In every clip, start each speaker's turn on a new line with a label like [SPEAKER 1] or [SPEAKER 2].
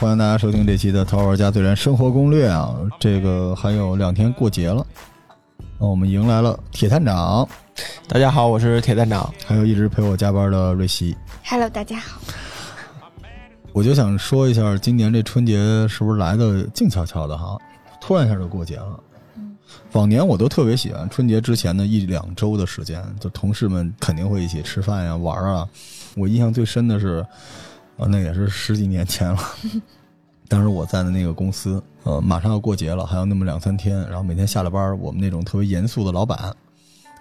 [SPEAKER 1] 大家收听这期的《淘宝家最燃生活攻略》啊，这个还有两天过节了，那我们迎来了铁探长，
[SPEAKER 2] 大家好，我是铁探长。
[SPEAKER 1] 还有一直陪我加班的瑞希。
[SPEAKER 3] Hello，大家好。
[SPEAKER 1] 我就想说一下，今年这春节是不是来的静悄悄的哈？突然一下就过节了。往年我都特别喜欢春节之前的一两周的时间，就同事们肯定会一起吃饭呀、玩儿啊。我印象最深的是，啊，那也是十几年前了。 当时我在的那个公司，呃，马上要过节了，还有那么两三天，然后每天下了班儿，我们那种特别严肃的老板，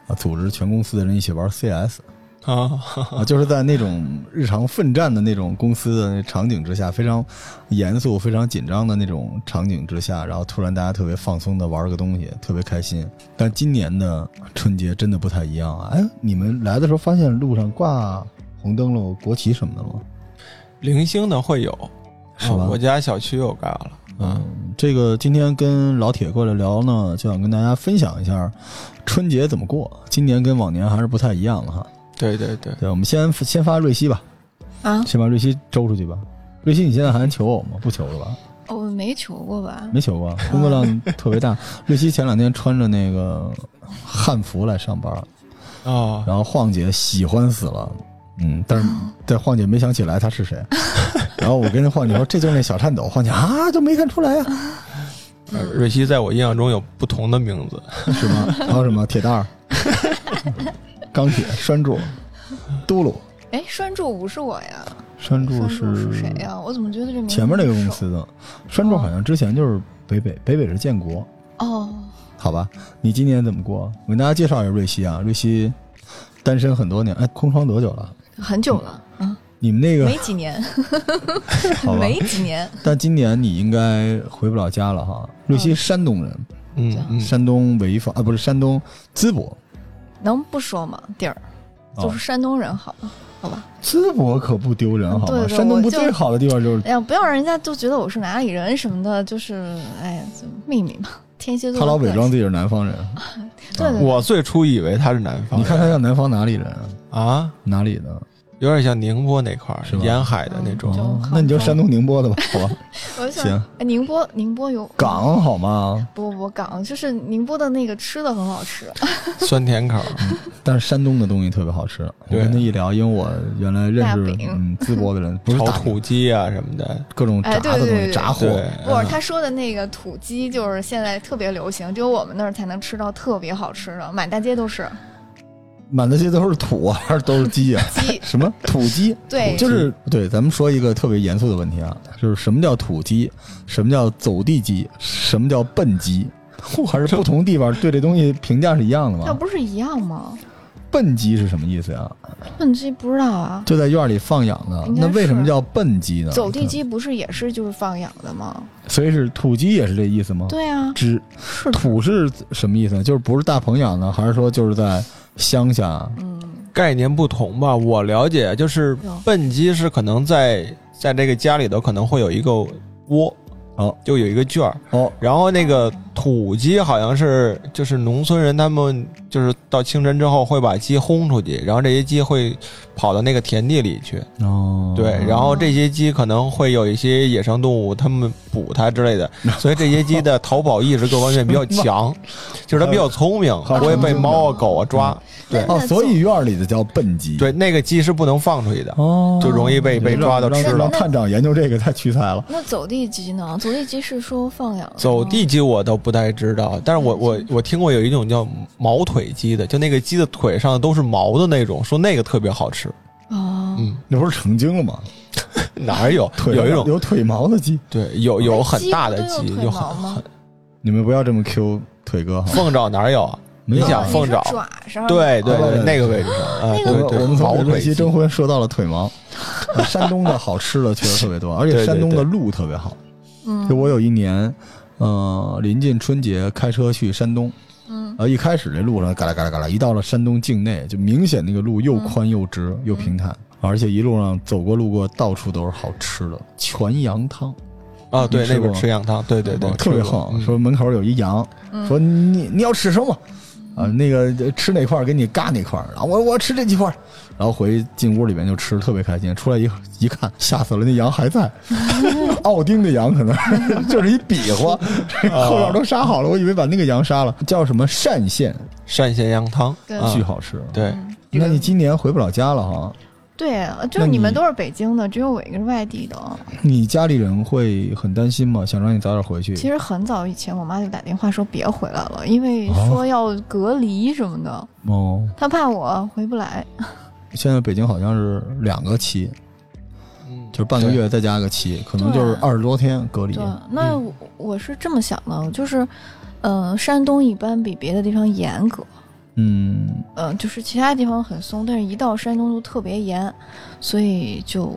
[SPEAKER 1] 啊，组织全公司的人一起玩 CS。
[SPEAKER 2] 啊，
[SPEAKER 1] 啊，就是在那种日常奋战的那种公司的那场景之下，非常严肃、非常紧张的那种场景之下，然后突然大家特别放松的玩个东西，特别开心。但今年的春节真的不太一样啊！哎，你们来的时候发现路上挂红灯笼、国旗什么的吗？
[SPEAKER 2] 零星的会有，啊
[SPEAKER 1] 是吧
[SPEAKER 2] 我家小区有盖了。嗯，
[SPEAKER 1] 这个今天跟老铁过来聊呢，就想跟大家分享一下春节怎么过。今年跟往年还是不太一样了哈。
[SPEAKER 2] 对对对，
[SPEAKER 1] 对，我们先先发瑞希吧，
[SPEAKER 3] 啊，
[SPEAKER 1] 先把瑞希周出去吧。瑞希，你现在还求偶吗？不求了吧？
[SPEAKER 3] 我哦没求过吧？
[SPEAKER 1] 没求过，啊
[SPEAKER 3] 啊
[SPEAKER 1] 工作量特别大。 瑞希前两天穿着那个汉服来上班，
[SPEAKER 2] 哦，
[SPEAKER 1] 然后晃姐喜欢死了，嗯，但是 但晃姐没想起来她是谁。然后我跟晃姐说，这就是那小颤抖。晃姐啊，都没看出来呀、
[SPEAKER 2] 呃瑞希在我印象中有不同的名字。
[SPEAKER 1] 是吗？还有什么铁蛋 儿、钢铁、栓柱、嘟噜。
[SPEAKER 3] 哎，拴柱不是我呀，
[SPEAKER 1] 栓柱
[SPEAKER 3] 拴柱
[SPEAKER 1] 是
[SPEAKER 3] 是谁啊呀？我怎么觉得这名字
[SPEAKER 1] 前面那个公
[SPEAKER 3] 很熟
[SPEAKER 1] 司的，栓柱好像之前就是北北，北北是建国，
[SPEAKER 3] 哦？
[SPEAKER 1] 好吧，你今年怎么过？我跟大家介绍一下瑞希啊，瑞希单身很多年，哎，空窗多久了？
[SPEAKER 3] 很久了，嗯，
[SPEAKER 1] 你们那个
[SPEAKER 3] 没几年，
[SPEAKER 1] 啊 好吧？
[SPEAKER 3] 没几年。
[SPEAKER 1] 但今年你应该回不了家了哈。瑞希
[SPEAKER 3] 嗯
[SPEAKER 1] 山东人，
[SPEAKER 2] 嗯嗯，
[SPEAKER 1] 山东潍坊啊，不是山东淄博，
[SPEAKER 3] 能不说吗？地儿
[SPEAKER 1] 哦
[SPEAKER 3] 都是山东人，好了，好吧。
[SPEAKER 1] 淄博可不丢人好
[SPEAKER 3] 对
[SPEAKER 1] 吗？
[SPEAKER 3] 对
[SPEAKER 1] 山东不
[SPEAKER 3] 我就
[SPEAKER 1] 最好的地方就是
[SPEAKER 3] 哎呀，不要人家就觉得我是哪里人什么的，就是哎呀，就秘密嘛。天蝎座
[SPEAKER 1] 他老
[SPEAKER 3] 的
[SPEAKER 1] 伪
[SPEAKER 3] 个
[SPEAKER 1] 装啊
[SPEAKER 3] 性
[SPEAKER 1] 自己是南方人，
[SPEAKER 3] 对对对，
[SPEAKER 2] 嗯我最初以为他是南方
[SPEAKER 1] 你
[SPEAKER 2] 人
[SPEAKER 1] 看他像南方哪里人啊？
[SPEAKER 2] 啊，
[SPEAKER 1] 哪里的？
[SPEAKER 2] 有点像宁波那块儿
[SPEAKER 1] 是吧
[SPEAKER 2] 沿海的那种。
[SPEAKER 3] 就
[SPEAKER 1] 哦
[SPEAKER 3] 杭，
[SPEAKER 1] 那你就
[SPEAKER 3] 州
[SPEAKER 1] 山东宁波的吧，好 吧？
[SPEAKER 3] 我就想
[SPEAKER 1] 行
[SPEAKER 3] 哎宁波宁波有
[SPEAKER 1] 港好吗？
[SPEAKER 3] 不不不港，就是宁波的那个吃的很好吃。
[SPEAKER 1] 嗯
[SPEAKER 2] 酸甜口儿。
[SPEAKER 1] 但是山东的东西特别好吃。我
[SPEAKER 2] 对
[SPEAKER 1] 跟他一聊，因为我原来认识
[SPEAKER 3] 大饼
[SPEAKER 1] 嗯淄博 的人，不是
[SPEAKER 2] 炒
[SPEAKER 1] 大饼
[SPEAKER 2] 土鸡啊什么的，
[SPEAKER 1] 各种炸
[SPEAKER 3] 哎对
[SPEAKER 1] 的东
[SPEAKER 3] 对
[SPEAKER 1] 西，
[SPEAKER 3] 对
[SPEAKER 1] 炸货
[SPEAKER 2] 对。嗯
[SPEAKER 3] 不是他说的那个土鸡，就是现在特别流行，只有我们那儿才能吃到特别好吃的，满大街都 是
[SPEAKER 1] 满大街都是土啊，还是都是鸡 啊？。
[SPEAKER 3] 鸡
[SPEAKER 1] 什么土鸡？
[SPEAKER 3] 对，
[SPEAKER 1] 就是对，咱们说一个特别严肃的问题啊，就是什么叫土鸡，什么叫走地鸡，什么叫笨鸡，还是不同地方对这东西评价是一样的
[SPEAKER 3] 那
[SPEAKER 1] 吗？
[SPEAKER 3] 不是一样吗？
[SPEAKER 1] 笨鸡是什么意思呀？
[SPEAKER 3] 笨鸡不知道啊，
[SPEAKER 1] 就在院里放养的，
[SPEAKER 3] 应该
[SPEAKER 1] 那
[SPEAKER 3] 是
[SPEAKER 1] 为什么叫笨鸡
[SPEAKER 2] 啊
[SPEAKER 1] 呢？
[SPEAKER 3] 走地，鸡不是也是就是放养的吗？
[SPEAKER 2] 嗯
[SPEAKER 1] 所以是土鸡也是这意思吗？
[SPEAKER 3] 对啊，
[SPEAKER 1] 只
[SPEAKER 3] 是的，
[SPEAKER 1] 土是什么意思呢？就是不是大棚养的，还是说就是在乡下？啊
[SPEAKER 3] 嗯，
[SPEAKER 2] 概念不同吧。我了解就是
[SPEAKER 3] 有
[SPEAKER 2] 笨鸡是可能在在这个家里头可能会有一个窝，
[SPEAKER 1] 哦，
[SPEAKER 2] 就有一个圈儿。
[SPEAKER 1] 哦，
[SPEAKER 2] 然后那个土鸡好像是就是农村人他们就是到清晨之后会把鸡轰出去，然后这些鸡会跑到那个田地里去。
[SPEAKER 1] 哦，
[SPEAKER 2] 对，然后这些鸡可能会有一些野生动物，它们捕它之 类的，所以这些鸡的逃跑意识各方面比较强，就是它比较聪明，
[SPEAKER 1] 好
[SPEAKER 2] 不会被猫啊狗啊抓。对
[SPEAKER 3] 那
[SPEAKER 1] 哦，所以院里的叫笨鸡。
[SPEAKER 2] 对，那个鸡是不能放出去的，
[SPEAKER 1] 哦
[SPEAKER 2] 就容易被被抓到
[SPEAKER 1] 让
[SPEAKER 2] 吃
[SPEAKER 1] 让让
[SPEAKER 2] 了。
[SPEAKER 1] 探长研究这个太屈才了。
[SPEAKER 3] 那走地鸡呢？走地鸡是说放养的吗
[SPEAKER 2] 走地鸡我倒不太知道，但是
[SPEAKER 1] 嗯
[SPEAKER 2] 我我我听过有一种叫毛腿鸡的，就那个鸡的腿上都是毛的那种，说那个特别好吃。
[SPEAKER 3] 哦，
[SPEAKER 2] 嗯，
[SPEAKER 1] 那不是成精了吗？
[SPEAKER 2] 哪儿有
[SPEAKER 1] 腿
[SPEAKER 2] 有一种
[SPEAKER 1] 有腿毛的鸡，
[SPEAKER 2] 对有有很大的
[SPEAKER 3] 鸡不都有
[SPEAKER 2] 鸡，
[SPEAKER 3] 腿
[SPEAKER 2] 就
[SPEAKER 3] 毛
[SPEAKER 2] 很
[SPEAKER 3] 吗
[SPEAKER 2] 很
[SPEAKER 1] 你们不要这么 Q 腿哥哈。
[SPEAKER 2] 凤爪哪儿有 啊？
[SPEAKER 1] 没
[SPEAKER 2] 你
[SPEAKER 1] 有
[SPEAKER 2] 想
[SPEAKER 3] 哦
[SPEAKER 2] 凤爪
[SPEAKER 3] 是爪上的
[SPEAKER 2] 对对
[SPEAKER 1] 哦对
[SPEAKER 2] 对，那个位置上啊，
[SPEAKER 3] 那
[SPEAKER 2] 对
[SPEAKER 3] 个
[SPEAKER 1] 我
[SPEAKER 2] 对，
[SPEAKER 1] 我们
[SPEAKER 2] 毛
[SPEAKER 1] 从这
[SPEAKER 2] 腿
[SPEAKER 1] 期
[SPEAKER 2] 鸡
[SPEAKER 1] 征婚说到了腿毛，啊山东的好吃的确实特别多，而且
[SPEAKER 2] 对对
[SPEAKER 1] 山东的路特别好。就
[SPEAKER 3] 嗯
[SPEAKER 1] 我有一年，呃，临近春节开车去山东，
[SPEAKER 3] 嗯
[SPEAKER 1] 呃，一开始这路上嘎啦嘎啦嘎啦，一到了山东境内，就明显那个路又宽又直又平坦，而且一路上走过路过，到处都是好吃的，全羊汤，
[SPEAKER 2] 啊，对，
[SPEAKER 1] 你吃
[SPEAKER 2] 那
[SPEAKER 1] 过
[SPEAKER 2] 边
[SPEAKER 1] 哦
[SPEAKER 2] 吃羊汤，对对对，
[SPEAKER 1] 特别
[SPEAKER 2] 吃过
[SPEAKER 1] 横。
[SPEAKER 2] 嗯
[SPEAKER 1] 说门口有一羊，说你你要吃什么？啊，那个呃吃哪块儿给你嘎哪块儿，然后我我吃这几块儿， 然后回进屋里面就吃，特别开心。出来一一看，吓死了，那羊还在。奥丁的羊可 能就是一比划，这后边都杀好了，我以为把那个羊杀了，叫什么单县，
[SPEAKER 2] 单县羊汤，
[SPEAKER 3] 对
[SPEAKER 2] 啊
[SPEAKER 1] 巨好吃。
[SPEAKER 2] 对，
[SPEAKER 3] 嗯这
[SPEAKER 1] 那
[SPEAKER 3] 个
[SPEAKER 1] 你今年回不了家了哈？
[SPEAKER 3] 对，呃就
[SPEAKER 1] 那
[SPEAKER 3] 是你们
[SPEAKER 1] 你
[SPEAKER 3] 都是北京的，只有我一个是外地的。
[SPEAKER 1] 你家里人会很担心吗？想让你早点回去？
[SPEAKER 3] 其实很早以前，我妈就打电话说别回来了，因为
[SPEAKER 1] 哦
[SPEAKER 3] 说要隔离什么的，
[SPEAKER 1] 哦，
[SPEAKER 3] 她怕我回不来。
[SPEAKER 1] 现在北京好像是两个期，
[SPEAKER 2] 嗯
[SPEAKER 1] 就是半个月再加个期，可能就是
[SPEAKER 3] 对
[SPEAKER 1] 二十多天隔离
[SPEAKER 3] 对。，那
[SPEAKER 1] 嗯
[SPEAKER 3] 我我是这么想的，就是，呃，山东一般比别的地方严格，
[SPEAKER 1] 嗯，
[SPEAKER 3] 呃，就是其他地方很松，但是一到山东就特别严，所以就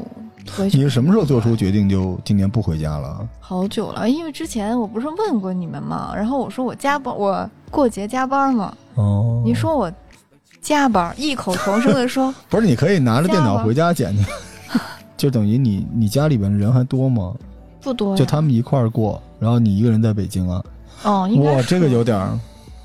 [SPEAKER 3] 回去
[SPEAKER 1] 你是什么时候做出决定就今年不回家了？
[SPEAKER 3] 好久了。因为之前我不是问过你们嘛，然后我说我加班，我过节加班嘛，
[SPEAKER 1] 哦，
[SPEAKER 3] 你说我加班，异口同声的说
[SPEAKER 1] 不是？你可以拿着电
[SPEAKER 3] 家
[SPEAKER 1] 脑
[SPEAKER 3] 吗
[SPEAKER 1] 回家剪 去，就等于你你家里边人还多吗？
[SPEAKER 3] 不多呀，
[SPEAKER 1] 就他们一块儿过，然后你一个人在北京啊？
[SPEAKER 3] 哦，应该
[SPEAKER 1] 哇，
[SPEAKER 3] 是
[SPEAKER 1] 这个有点儿，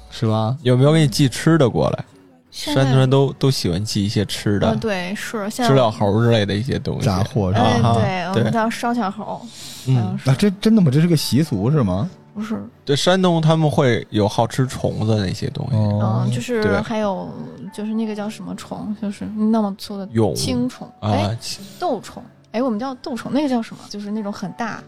[SPEAKER 1] 是吧？
[SPEAKER 2] 有没有给你寄吃的过来？
[SPEAKER 3] 现在
[SPEAKER 2] 山东人都都喜欢寄一些吃
[SPEAKER 3] 呃
[SPEAKER 1] 哦
[SPEAKER 2] 的，
[SPEAKER 3] 对是现在
[SPEAKER 2] 知了猴之类的一些东西。
[SPEAKER 1] 杂货是
[SPEAKER 3] 哎
[SPEAKER 1] 吧？
[SPEAKER 2] 啊
[SPEAKER 3] 对，我
[SPEAKER 2] 对
[SPEAKER 3] 们叫烧小猴，好像
[SPEAKER 2] 嗯，
[SPEAKER 1] 啊，
[SPEAKER 3] 是
[SPEAKER 1] 这真的吗？这是个习俗是吗？
[SPEAKER 3] 不是
[SPEAKER 2] 对，山东他们会有好吃虫子那些东西，
[SPEAKER 1] 哦
[SPEAKER 3] 嗯，，就是
[SPEAKER 2] 对
[SPEAKER 3] 还有就是那个叫什么虫，就是那么粗的
[SPEAKER 2] 蛹
[SPEAKER 3] 青虫，哎，
[SPEAKER 2] 啊，
[SPEAKER 3] 豆虫，哎，我们叫豆虫，那个叫什么？就是那种很大，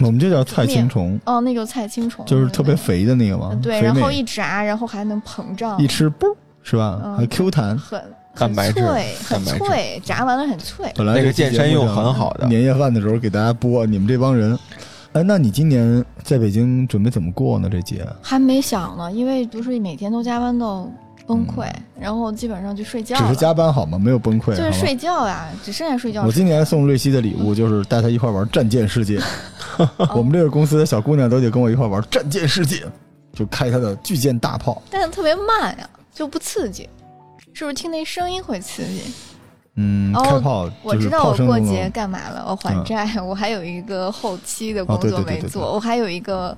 [SPEAKER 1] 我们这叫菜青虫，
[SPEAKER 3] 哦，那个菜青虫，
[SPEAKER 1] 就是特别
[SPEAKER 3] 对嗯
[SPEAKER 1] 肥的那个嘛，
[SPEAKER 3] 对，
[SPEAKER 1] 肥
[SPEAKER 3] 然后
[SPEAKER 1] 美，
[SPEAKER 3] 一炸，然后还能膨胀，
[SPEAKER 1] 一吃嘣是吧？
[SPEAKER 3] 嗯
[SPEAKER 1] 还 Q 弹。
[SPEAKER 3] 很
[SPEAKER 2] 蛋
[SPEAKER 3] 很
[SPEAKER 2] 白质
[SPEAKER 3] 脆，很
[SPEAKER 2] 蛋白质
[SPEAKER 3] 脆，炸完了很脆。
[SPEAKER 1] 本来
[SPEAKER 2] 那
[SPEAKER 1] 这
[SPEAKER 2] 个
[SPEAKER 1] 期
[SPEAKER 2] 健身
[SPEAKER 1] 节目
[SPEAKER 2] 用
[SPEAKER 1] 想
[SPEAKER 2] 很好的
[SPEAKER 1] 年夜饭的时候给大家播，你们这帮人，哎，那你今年在北京准备怎么过呢？这节
[SPEAKER 3] 还没想呢，因为不是每天都加班到崩溃，然后基本上就睡觉
[SPEAKER 1] 只
[SPEAKER 3] 了，
[SPEAKER 1] 是加班好吗？没有崩溃，
[SPEAKER 3] 就是
[SPEAKER 1] 好吗
[SPEAKER 3] 睡觉呀，只剩下睡觉
[SPEAKER 1] 我
[SPEAKER 3] 时间。
[SPEAKER 1] 今年送瑞希的礼物就是带她一块玩《战舰世 界》，我们这个公司的小姑娘都得跟我一块玩《战舰世界》，就开她的巨舰大炮。
[SPEAKER 3] 但是特别慢呀，就不刺激，是不是听那声音会刺激？
[SPEAKER 1] 嗯，
[SPEAKER 3] 哦
[SPEAKER 1] 开炮
[SPEAKER 3] 我
[SPEAKER 1] 就是
[SPEAKER 3] 知道
[SPEAKER 1] 炮
[SPEAKER 3] 我
[SPEAKER 1] 声
[SPEAKER 3] 过
[SPEAKER 1] 隆隆
[SPEAKER 3] 节干嘛了，我还债，我还有一个后期的工
[SPEAKER 1] 哦对
[SPEAKER 3] 作
[SPEAKER 1] 对对
[SPEAKER 3] 没
[SPEAKER 1] 对对
[SPEAKER 3] 做，我还有一个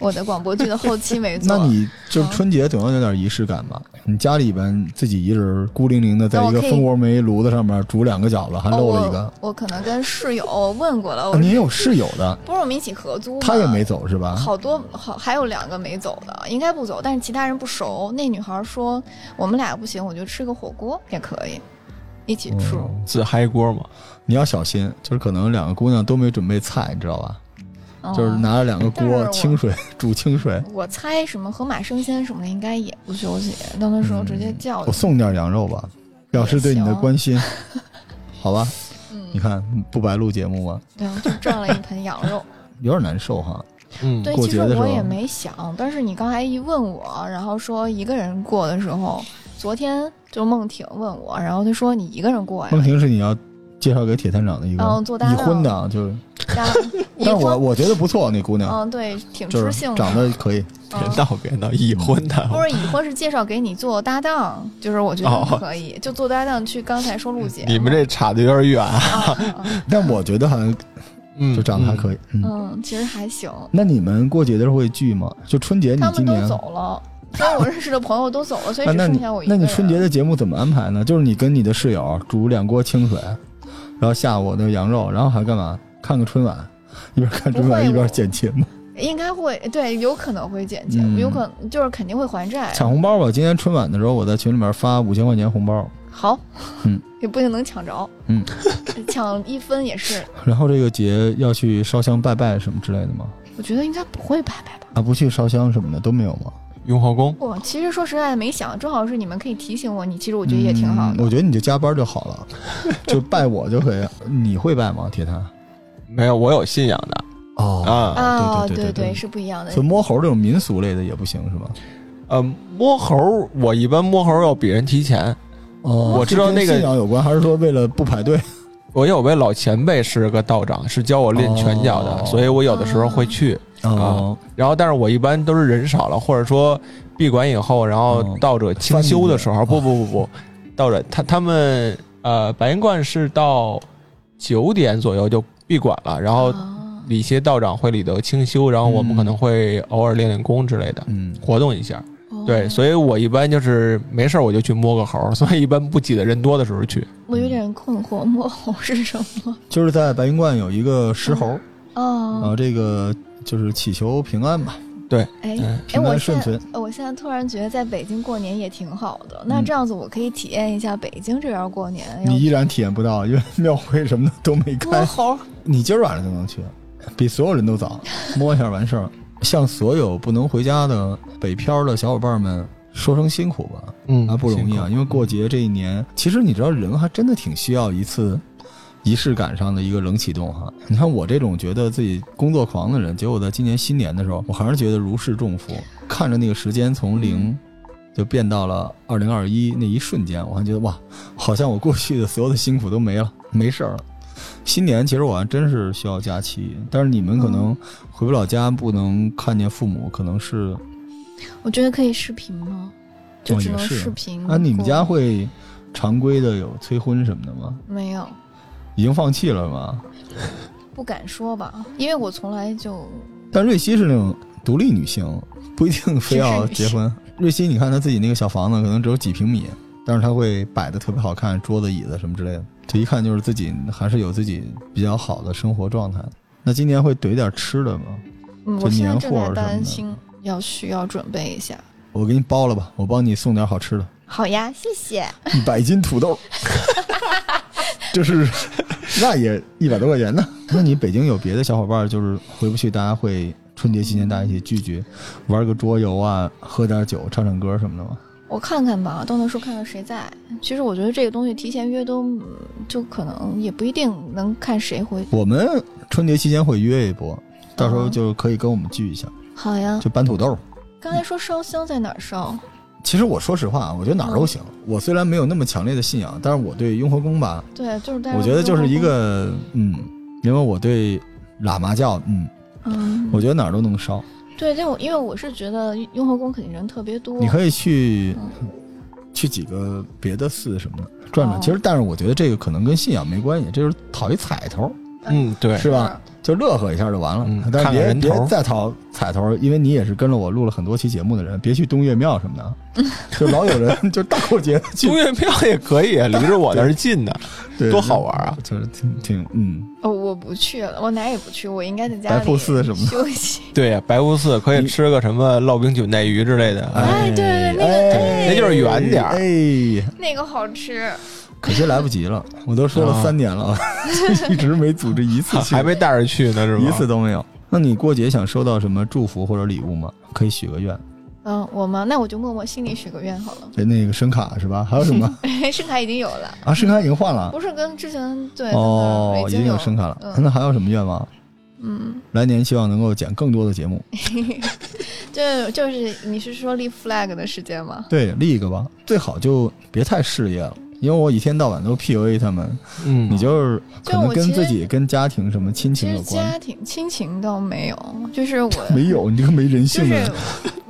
[SPEAKER 3] 我的广播剧的后期没 做。
[SPEAKER 1] 那你就是
[SPEAKER 3] 嗯
[SPEAKER 1] 春节总要有点仪式感吧？你家里边自己一人孤零零的，在
[SPEAKER 3] 那我
[SPEAKER 1] 一个
[SPEAKER 3] 可以
[SPEAKER 1] 蜂窝煤炉子上面煮两个饺子，还
[SPEAKER 3] 哦，
[SPEAKER 1] 漏了一个。
[SPEAKER 3] 我我可能跟室友我问过了，
[SPEAKER 1] 啊
[SPEAKER 3] 我
[SPEAKER 1] 您有室友的，
[SPEAKER 3] 不是我们一起合租吗？
[SPEAKER 1] 他也没走是吧？
[SPEAKER 3] 好多好，还有两个没走的，应该不走，但是其他人不熟。那女孩说我们俩不行，我就吃个火锅也可以，一起吃。
[SPEAKER 1] 嗯
[SPEAKER 2] 自嗨锅嘛，
[SPEAKER 1] 你要小心，就是可能两个姑娘都没准备菜，你知道吧？
[SPEAKER 3] 嗯
[SPEAKER 1] 哦就是拿着两个
[SPEAKER 3] 但是
[SPEAKER 1] 锅
[SPEAKER 3] 我
[SPEAKER 1] 清 水煮清水。
[SPEAKER 3] 我猜什么河马生鲜什么的应该也不休息，到那时候直接叫
[SPEAKER 1] 嗯我
[SPEAKER 3] 就。
[SPEAKER 1] 送点羊肉吧，表示对你的
[SPEAKER 3] 行
[SPEAKER 1] 关心，好吧？你
[SPEAKER 3] 嗯，
[SPEAKER 1] 看不白录节目吗？
[SPEAKER 3] 对，我就赚了一盆羊 肉。
[SPEAKER 1] 有点难受哈。
[SPEAKER 2] 嗯，
[SPEAKER 3] 对，
[SPEAKER 1] 嗯过
[SPEAKER 3] 其实
[SPEAKER 1] 节的时候
[SPEAKER 3] 我也没想，但是你刚才一问我，然后说一个人过的时候，昨天就梦婷问我，然后她说你一个人过呀？
[SPEAKER 1] 梦婷是你要介绍给铁探长的一个
[SPEAKER 3] 哎嗯做搭档
[SPEAKER 1] 已婚的啊，就是，
[SPEAKER 3] 家，
[SPEAKER 1] 但是我
[SPEAKER 3] 我
[SPEAKER 1] 我觉得不错，那姑娘
[SPEAKER 3] 嗯，对，挺
[SPEAKER 1] 就
[SPEAKER 3] 知
[SPEAKER 1] 是
[SPEAKER 3] 性的。
[SPEAKER 1] 长得可 以。
[SPEAKER 2] 别
[SPEAKER 3] 嗯
[SPEAKER 2] 闹别闹，已婚的，
[SPEAKER 3] 不是已婚是介绍给你做搭档，就是我觉
[SPEAKER 2] 哦
[SPEAKER 3] 得可以，就做搭档去刚才说录节目。
[SPEAKER 2] 你们这差的有点远啊，
[SPEAKER 3] 啊，啊啊
[SPEAKER 1] 但我觉得好像
[SPEAKER 2] 嗯
[SPEAKER 1] 就长得还可
[SPEAKER 2] 以，
[SPEAKER 1] 以。嗯，
[SPEAKER 3] 嗯，其实还行。
[SPEAKER 1] 那你们过节的时候会聚吗？就春节你
[SPEAKER 3] 他
[SPEAKER 1] 今
[SPEAKER 3] 们都
[SPEAKER 1] 年，
[SPEAKER 3] 走了，所有我认识的朋友都走了，所以
[SPEAKER 1] 啊
[SPEAKER 3] 只
[SPEAKER 1] 那
[SPEAKER 3] 剩
[SPEAKER 1] 你
[SPEAKER 3] 下我一个
[SPEAKER 1] 那
[SPEAKER 3] 人。
[SPEAKER 1] 你春节的节目怎么安排呢？就是你跟你的室友煮两锅清水，然后下午的羊肉，然后还干嘛？看个春晚，一边看春
[SPEAKER 3] 不
[SPEAKER 1] 晚
[SPEAKER 3] 会
[SPEAKER 1] 一边
[SPEAKER 3] 我
[SPEAKER 1] 剪节目，
[SPEAKER 3] 应该会对，有可能会减节
[SPEAKER 1] 嗯
[SPEAKER 3] 目，有可能就是肯定会还债。
[SPEAKER 1] 抢红包吧。今年春晚的时候，我在群里面发五千块钱红包，
[SPEAKER 3] 好，
[SPEAKER 1] 嗯，
[SPEAKER 3] 也不一定能抢着，
[SPEAKER 1] 嗯，
[SPEAKER 3] 抢一分也是，
[SPEAKER 1] 然后这个节要去烧香拜拜什么之类的吗？
[SPEAKER 3] 我觉得应该不会拜拜吧。
[SPEAKER 1] 啊，不去烧香什么的都没有吗？
[SPEAKER 2] 雍和宫
[SPEAKER 3] 我其实说实在的没想，正好是你们可以提醒我，你其实我觉得也挺好
[SPEAKER 1] 嗯
[SPEAKER 3] 的。
[SPEAKER 1] 我觉得你就加班就好了， 就拜我就可以了。你会拜吗，铁蛋？
[SPEAKER 2] 没有，我有信仰的
[SPEAKER 1] 哦，
[SPEAKER 2] 啊，
[SPEAKER 3] 啊，
[SPEAKER 1] 对对对对
[SPEAKER 3] 对
[SPEAKER 1] 对
[SPEAKER 3] 是不一样的
[SPEAKER 1] 所。啊以摸猴这种民俗类的也不行是吧？
[SPEAKER 2] 呃，摸猴，我一般摸猴要比人提前，
[SPEAKER 1] 哦
[SPEAKER 2] 我知道那个
[SPEAKER 1] 这跟信仰有关，还是说为了不排 队？
[SPEAKER 2] 我有位老前辈是个道长，是教我练拳脚的，
[SPEAKER 1] 哦
[SPEAKER 2] 所以我有的时候会去。
[SPEAKER 1] 哦，
[SPEAKER 2] 然后，但是我一般都是人少了，或者说闭馆以后，然后
[SPEAKER 1] 嗯
[SPEAKER 2] 道者清修的时候，
[SPEAKER 1] 翻
[SPEAKER 2] 不
[SPEAKER 1] 进去
[SPEAKER 2] 不不不，道者他他们呃白云观是到九点左右就闭馆了，然后
[SPEAKER 3] 啊
[SPEAKER 2] 礼些道长会礼德清修，然后我们
[SPEAKER 1] 嗯
[SPEAKER 2] 可能会偶尔练练功之类的，
[SPEAKER 1] 嗯，
[SPEAKER 2] 活动一下。
[SPEAKER 3] 哦
[SPEAKER 2] 对，所以我一般就是没事儿我就去摸个猴儿， 所以一般不挤的人多的时候去。
[SPEAKER 3] 我有点困惑，摸猴是什么？
[SPEAKER 1] 就是在白云观有一个石猴，然
[SPEAKER 3] 哦，
[SPEAKER 1] 后这个就是祈求平安吧，
[SPEAKER 3] 哎
[SPEAKER 2] 哎
[SPEAKER 3] 哎，
[SPEAKER 1] 平
[SPEAKER 3] 我
[SPEAKER 1] 安
[SPEAKER 3] 现
[SPEAKER 1] 顺
[SPEAKER 3] 在
[SPEAKER 1] 遂。
[SPEAKER 3] 呃我现在突然觉得在北京过年也挺好的。那
[SPEAKER 1] 嗯
[SPEAKER 3] 这样子我可以体验一下北京这边过年。
[SPEAKER 1] 你依然体验不到，因为庙会什么的都没
[SPEAKER 3] 哎摸
[SPEAKER 1] 开。
[SPEAKER 3] 猴儿，
[SPEAKER 1] 你今儿晚上就能去，比所有人都早，摸一下完事儿。向所有不能回家的北漂的小伙伴们说声辛苦吧，
[SPEAKER 2] 嗯
[SPEAKER 1] 啊，不容易啊！因为过节这一年，其实你知道，人还真的挺需要一次仪式感上的一个冷启动哈。你看我这种觉得自己工作狂的人，结果在今年新年的时候，我还是觉得如释重负。看着那个时间从零就变到了二零二一那一瞬间，我还觉得哇，好像我过去的所有的辛苦都没了，没事儿了。新年其实我还真是需要假期，但是你们可能回不了家，不能看见父母，可能是
[SPEAKER 3] 我觉得可以视频吗？就
[SPEAKER 1] 哦
[SPEAKER 3] 只
[SPEAKER 1] 也
[SPEAKER 3] 能
[SPEAKER 1] 是
[SPEAKER 3] 视频过。
[SPEAKER 1] 啊，你们家会常规的有催婚什么的吗？
[SPEAKER 3] 没有？
[SPEAKER 1] 已经放弃了吗？
[SPEAKER 3] 不敢说吧，因为我从来就
[SPEAKER 1] 但瑞希是那种独立女性，不一定非要结婚。瑞希，你看她自己那个小房子，可能只有几平米，但是她会摆的特别好看，桌子、椅子什么之类的，这一看就是自己还是有自己比较好的生活状态。那今年会怼点吃的吗？
[SPEAKER 3] 嗯，
[SPEAKER 1] 就
[SPEAKER 3] 我现在
[SPEAKER 1] 年
[SPEAKER 3] 正
[SPEAKER 1] 货
[SPEAKER 3] 在
[SPEAKER 1] 什么
[SPEAKER 3] 担
[SPEAKER 1] 的
[SPEAKER 3] 心，要需要准备一下。
[SPEAKER 1] 我给你包了吧，我帮你送点好吃的，
[SPEAKER 3] 好呀，谢谢。
[SPEAKER 1] 一百斤土 豆，这是那也一百多块钱呢。那你北京有别的小伙伴就是回不去，大家会春节期间大家一起聚聚，玩个桌游啊，喝点酒，唱唱歌什么的吗？
[SPEAKER 3] 我看看吧，到那时候看看谁在。其实我觉得这个东西提前约都，嗯就可能也不一定能看谁回。
[SPEAKER 1] 我们春节期间会约一波，到时候就可以跟我们聚一下，
[SPEAKER 3] 好呀，
[SPEAKER 1] 就搬土豆。
[SPEAKER 3] 刚才说烧香在哪儿烧？
[SPEAKER 1] 其实我说实话，我觉得哪儿都行。我虽然没有那么强烈的信仰，但是我对雍和宫吧，
[SPEAKER 3] 对，就是大家
[SPEAKER 1] 我觉得就是一
[SPEAKER 3] 都说
[SPEAKER 1] 个嗯，因为我对喇嘛教嗯，
[SPEAKER 3] 过嗯，
[SPEAKER 1] 我觉得哪儿都能烧。
[SPEAKER 3] 对，但我因为我是觉得雍和宫肯定人特别多。
[SPEAKER 1] 你可以去
[SPEAKER 3] 嗯
[SPEAKER 1] 去几个别的寺什么的转转。
[SPEAKER 3] 哦
[SPEAKER 1] 其实，但是我觉得这个可能跟信仰没关系，这就是讨一彩头，
[SPEAKER 3] 呃
[SPEAKER 2] 嗯，对，
[SPEAKER 1] 是吧？？就乐呵一下就完了。
[SPEAKER 2] 嗯
[SPEAKER 1] 但是
[SPEAKER 2] 看看
[SPEAKER 1] 别
[SPEAKER 2] 人头
[SPEAKER 1] 别再讨彩头，因为你也是跟了我录了很多期节目的人，别去东岳庙什么 的，就老有人就大过节的去
[SPEAKER 2] 租，月票也可以，啊离着我那儿近呢，
[SPEAKER 1] 对
[SPEAKER 2] 多好！玩啊！
[SPEAKER 1] 就是挺挺嗯，
[SPEAKER 3] 哦，我不去了，我哪儿也不去，我应该在家
[SPEAKER 1] 白瀑
[SPEAKER 3] 里
[SPEAKER 1] 寺什么的
[SPEAKER 3] 休息。
[SPEAKER 2] 对呀，白无寺可以
[SPEAKER 1] 你
[SPEAKER 2] 吃个什么烙饼卷带鱼之类的，
[SPEAKER 1] 哎
[SPEAKER 2] 啊
[SPEAKER 3] 哎，对对，对那个
[SPEAKER 1] 哎
[SPEAKER 2] 那就是远点儿
[SPEAKER 1] 哎，
[SPEAKER 3] 那个好吃。
[SPEAKER 1] 可惜来不及了，我都说了
[SPEAKER 2] 啊
[SPEAKER 1] 三年 了，一直没组织一次去，
[SPEAKER 2] 还没带着去呢，是吧？
[SPEAKER 1] 一次都没有。那你过节想收到什么祝福或者礼物吗？可以许个愿，
[SPEAKER 3] 嗯，我吗？那我就默默心里许个愿好了。
[SPEAKER 1] 哎那个声卡是吧？还有什 么
[SPEAKER 3] 声卡已经有了，
[SPEAKER 1] 啊？声卡已经换了
[SPEAKER 3] 不是跟之前对
[SPEAKER 1] 哦，
[SPEAKER 3] 已
[SPEAKER 1] 已
[SPEAKER 3] 经
[SPEAKER 1] 经有声卡了。
[SPEAKER 3] 嗯
[SPEAKER 1] 那还有什么愿望？
[SPEAKER 3] 嗯，
[SPEAKER 1] 来年希望能够剪更多的节目。
[SPEAKER 3] 就就是你是说立 flag 的时间吗？
[SPEAKER 1] 对，立一个 吧，最好就别太事业了。因为我一天到晚都 PUA 他们，
[SPEAKER 2] 嗯，
[SPEAKER 1] 你就是可
[SPEAKER 3] 就
[SPEAKER 1] 能
[SPEAKER 3] 我
[SPEAKER 1] 跟
[SPEAKER 3] 其实
[SPEAKER 1] 自己、跟家庭什么亲
[SPEAKER 3] 其
[SPEAKER 1] 情
[SPEAKER 3] 实
[SPEAKER 1] 有关，
[SPEAKER 3] 家庭亲情倒没有，就是我
[SPEAKER 1] 没有你这个没人
[SPEAKER 3] 就
[SPEAKER 1] 性
[SPEAKER 3] 是
[SPEAKER 1] 的人，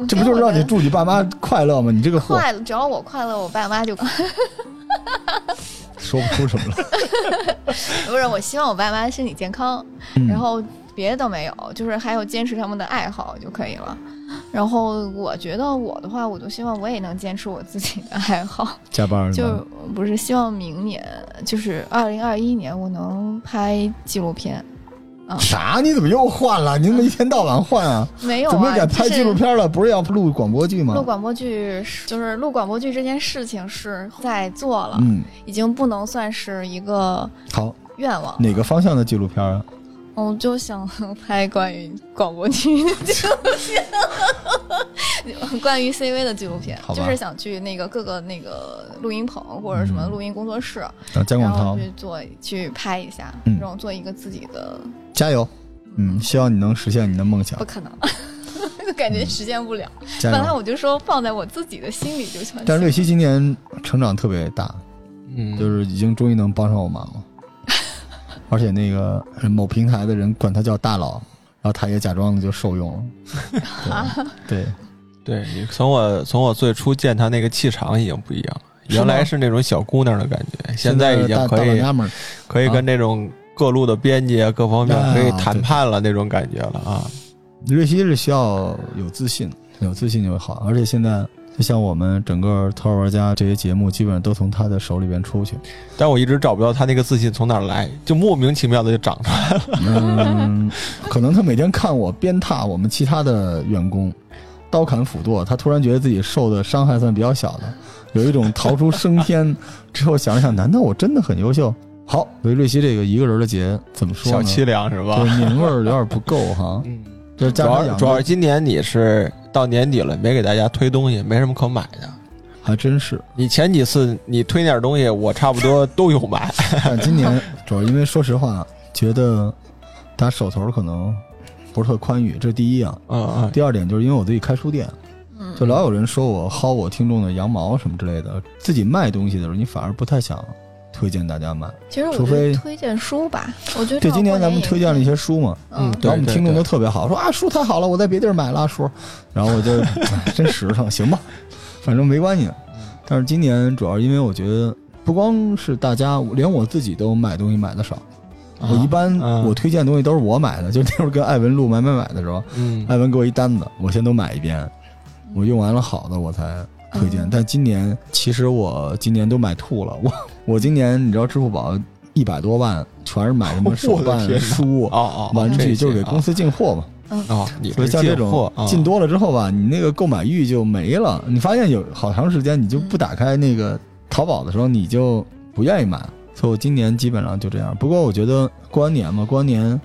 [SPEAKER 1] 这不就是让你祝你爸妈快乐吗？你这个货
[SPEAKER 3] 快乐？只要我快乐，我爸妈就快
[SPEAKER 1] 说不出什 么来。
[SPEAKER 3] 乐。不是，我希望我爸妈身体健康，
[SPEAKER 1] 嗯
[SPEAKER 3] 然后别的倒没有，就是还有坚持他们的爱好就可以了。然后我觉得我的话，我就希望我也能坚持我自己的 爱好。
[SPEAKER 1] 加班是
[SPEAKER 3] 就
[SPEAKER 1] 吗？
[SPEAKER 3] 不是希望明年，就是二零二一年，我能拍纪录片。
[SPEAKER 1] 啥？你怎么又换了？你怎么一天到晚换啊？
[SPEAKER 3] 没有
[SPEAKER 1] 准备
[SPEAKER 3] 啊，
[SPEAKER 1] 改
[SPEAKER 3] 就
[SPEAKER 1] 拍纪录
[SPEAKER 3] 是
[SPEAKER 1] 片了，不是要录广播剧吗？
[SPEAKER 3] 录广播剧是，就是录广播剧这件事情是在做了，
[SPEAKER 1] 嗯，
[SPEAKER 3] 已经不能算是一个
[SPEAKER 1] 好，
[SPEAKER 3] 愿望。
[SPEAKER 1] 哪个方向的纪录片啊？
[SPEAKER 3] 我哦就想拍关于广播剧的纪 录片，关于 CV 的纪录片
[SPEAKER 1] 好，吧
[SPEAKER 3] 就是想去那个各个那个录音棚或者什么录音工作室，
[SPEAKER 1] 啊姜
[SPEAKER 3] 然
[SPEAKER 1] 嗯广
[SPEAKER 3] 后
[SPEAKER 1] 涛，
[SPEAKER 3] 去做去拍一下，
[SPEAKER 1] 嗯
[SPEAKER 3] 然后做一个自己的
[SPEAKER 1] 加油！嗯，希望你能实现你的梦想
[SPEAKER 3] 不，可能， 感觉实现不了。
[SPEAKER 1] 加
[SPEAKER 3] 本来
[SPEAKER 1] 油！
[SPEAKER 3] 我就说放在我自己的心里就行。
[SPEAKER 1] 但是瑞希今年成长特别大，
[SPEAKER 2] 嗯，
[SPEAKER 1] 就是已经终于能帮上我忙了， 而且那个某平台的人管他叫大佬，然后他也假装的就受用 了。对，对
[SPEAKER 2] 对你从我从我最初见她那个气场已经不一样了，
[SPEAKER 1] 是吗
[SPEAKER 2] 原来是那种小姑娘的感觉，现在
[SPEAKER 1] 是
[SPEAKER 2] 已
[SPEAKER 1] 大
[SPEAKER 2] 经可
[SPEAKER 1] 大老
[SPEAKER 2] 以
[SPEAKER 1] 娘们儿，
[SPEAKER 2] 可以
[SPEAKER 1] 啊
[SPEAKER 2] 跟那种各路的编辑啊各方面
[SPEAKER 1] 啊
[SPEAKER 2] 可以谈判了那种感觉了啊。
[SPEAKER 1] 瑞希是需要有自信，有自信就会好，而且现在就像我们整个《头号玩家》这些节目，基本上都从他的手里边出 去。
[SPEAKER 2] 但我一直找不到他那个自信从哪儿来，就莫名其妙的就长出来。
[SPEAKER 1] 嗯，可能他每天看我鞭挞我们其他的员工，刀砍斧剁，他突然觉得自己受的伤害算比较小的，有一种逃出升天之后想了想，难道我真的很优秀？好，所以瑞希这个一个人的节怎么说
[SPEAKER 2] 小
[SPEAKER 1] 呢？
[SPEAKER 2] 凄凉是
[SPEAKER 1] 就
[SPEAKER 2] 吧？，
[SPEAKER 1] 是年味儿有点不够哈
[SPEAKER 2] 嗯，
[SPEAKER 1] 就是
[SPEAKER 2] 主
[SPEAKER 1] 加上
[SPEAKER 2] 要
[SPEAKER 1] 养
[SPEAKER 2] 主要是今年你是到年底了，没给大家推东西，没什么可买的。
[SPEAKER 1] 还真是，
[SPEAKER 2] 你前几次你推那点东西，我差不多都有买。
[SPEAKER 1] 但今年主要因为说实话，觉得他手头可能不是特宽裕，这是第一 啊。
[SPEAKER 2] 嗯嗯，
[SPEAKER 1] 第二点就是因为我自己开书店，
[SPEAKER 3] 嗯
[SPEAKER 1] 就老有人说我薅我听众的羊毛什么之类的。自己卖东西的时候，你反而不太想推荐大家买。
[SPEAKER 3] 其实我
[SPEAKER 1] 除
[SPEAKER 3] 觉得
[SPEAKER 1] 非
[SPEAKER 3] 推荐书吧，我觉得
[SPEAKER 1] 对，
[SPEAKER 3] 正好
[SPEAKER 1] 今年咱
[SPEAKER 3] 过
[SPEAKER 1] 们
[SPEAKER 3] 也
[SPEAKER 1] 推荐了一些书嘛，
[SPEAKER 3] 嗯
[SPEAKER 2] 对
[SPEAKER 1] 然后我们听众都特别好，说啊书太好了，我在别地儿买了书，然后我就 哎真实诚，行吧，反正没关系。
[SPEAKER 2] 嗯
[SPEAKER 1] 但是今年主要因为我觉得不光是大家，连我自己都买东西买的少。我一般
[SPEAKER 2] 啊
[SPEAKER 1] 我推荐的东西都是我买的，就那会儿跟艾文录买买买的时候，
[SPEAKER 2] 嗯
[SPEAKER 1] 艾文给我一单子，我先都买一遍，我用完了好的我才推荐。
[SPEAKER 3] 嗯
[SPEAKER 1] 但今年其实我今年都买吐了，我我今年你知道支付宝一百多万全是买什
[SPEAKER 2] 我
[SPEAKER 1] 么
[SPEAKER 2] 的
[SPEAKER 1] 手
[SPEAKER 2] 天
[SPEAKER 1] 办、书啊
[SPEAKER 2] 哦、哦，
[SPEAKER 1] 玩
[SPEAKER 2] 这
[SPEAKER 1] 具，
[SPEAKER 2] 些
[SPEAKER 1] 就是给公司进货嘛。
[SPEAKER 2] 啊，哦你
[SPEAKER 1] 所以像这种进
[SPEAKER 2] 度
[SPEAKER 1] 多了之后吧，你那个购买欲就没了。你发现有好长时间你就不打开那个淘宝的时候，你就不愿意买。所以我今年基本上就这样。不过我觉得过完年嘛，过完年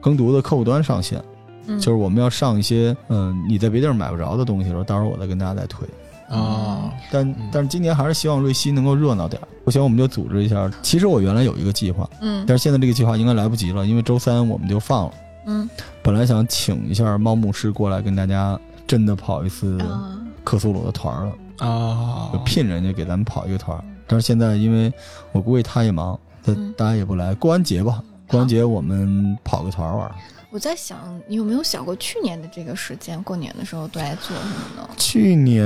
[SPEAKER 1] 耕读的客户端上线，
[SPEAKER 3] 嗯
[SPEAKER 1] 就是我们要上一些嗯、你在别地儿买不着的东西的时候，到时候我再跟大家再推。
[SPEAKER 2] 啊，
[SPEAKER 1] 但
[SPEAKER 2] 嗯
[SPEAKER 1] 但是今年还是希望瑞希能够热闹点儿，不行我们就组织一下。其实我原来有一个计划，
[SPEAKER 3] 嗯
[SPEAKER 1] 但是现在这个计划应该来不及了，因为周三我们就放了。
[SPEAKER 3] 嗯
[SPEAKER 1] 本来想请一下猫牧师过来跟大家真的跑一次
[SPEAKER 3] 啊
[SPEAKER 1] 克苏鲁的团儿了，
[SPEAKER 2] 啊
[SPEAKER 1] 就，聘人家给咱们跑一个团儿。但是现在因为我估计他也忙，他
[SPEAKER 3] 嗯
[SPEAKER 1] 大家也不来。过完节吧，过完节我们跑个团儿玩儿。
[SPEAKER 3] 我在想，你有没有想过去年的这个时间，过年的时候都在做什么呢？
[SPEAKER 1] 去年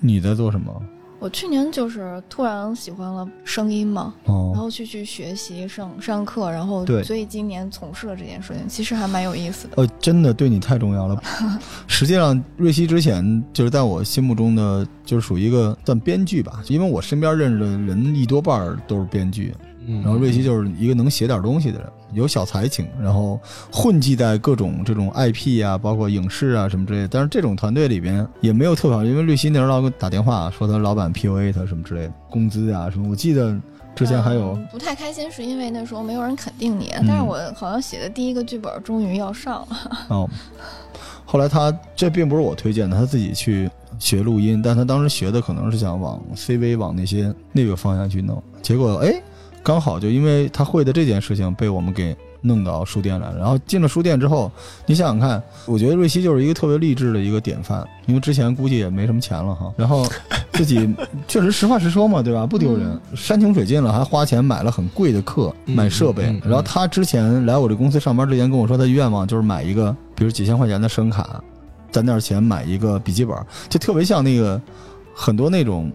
[SPEAKER 1] 你在做什么？
[SPEAKER 3] 我去年就是突然喜欢了声音嘛，然
[SPEAKER 1] 哦，
[SPEAKER 3] 后去去学习上上课，然后
[SPEAKER 1] 对
[SPEAKER 3] 所以今年从事了这件事情，其实还蛮有意思的。
[SPEAKER 1] 呃，真的对你太重要了。实际上，瑞希之前就是在我心目中的就是属于一个算编剧吧，因为我身边认识的人一多半儿都是编剧。
[SPEAKER 2] 嗯
[SPEAKER 1] 然后瑞希就是一个能写点东西的人，有小才情，然后混迹在各种这种 IP 啊，包括影视啊什么之类的。但是这种团队里边也没有特好，因为瑞希那时候老给我打电话说他老板 PUA 他什么之类的，工资啊什么。我记得之前还有
[SPEAKER 3] 嗯不太开心，是因为那时候没有人肯定你，
[SPEAKER 1] 嗯
[SPEAKER 3] 但是我好像写的第一个剧本终于要上了。
[SPEAKER 1] 哦，后来他这并不是我推荐的，他自己去学录音，但他当时学的可能是想往 CV 往那些那个方向去弄，结果哎，刚好就因为他会的这件事情被我们给弄到书店来了。然后进了书店之后，你想想看，我觉得瑞希就是一个特别励志的一个典范，因为之前估计也没什么钱了哈，然后自己确实实话实说嘛，对吧？不丢人，山穷水尽了还花钱买了很贵的课，
[SPEAKER 2] 嗯
[SPEAKER 1] 买设备。
[SPEAKER 2] 嗯嗯
[SPEAKER 1] 然后他之前来我这公司上班之前跟我说，他的愿望就是买一个，比如几千块钱的声卡，攒点钱买一个笔记本，就特别像那个很多那种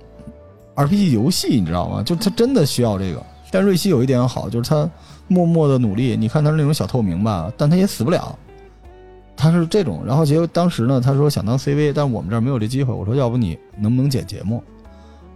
[SPEAKER 1] RPG 游戏，你知道吗？就他真的需要这个。但瑞希有一点好，就是他默默的努力。你看他是那种小透明吧，但他也死不了。他是这种，然后结果当时呢，他说想当 CV，但我们这儿没有这机会。我说要不你能不能剪节目？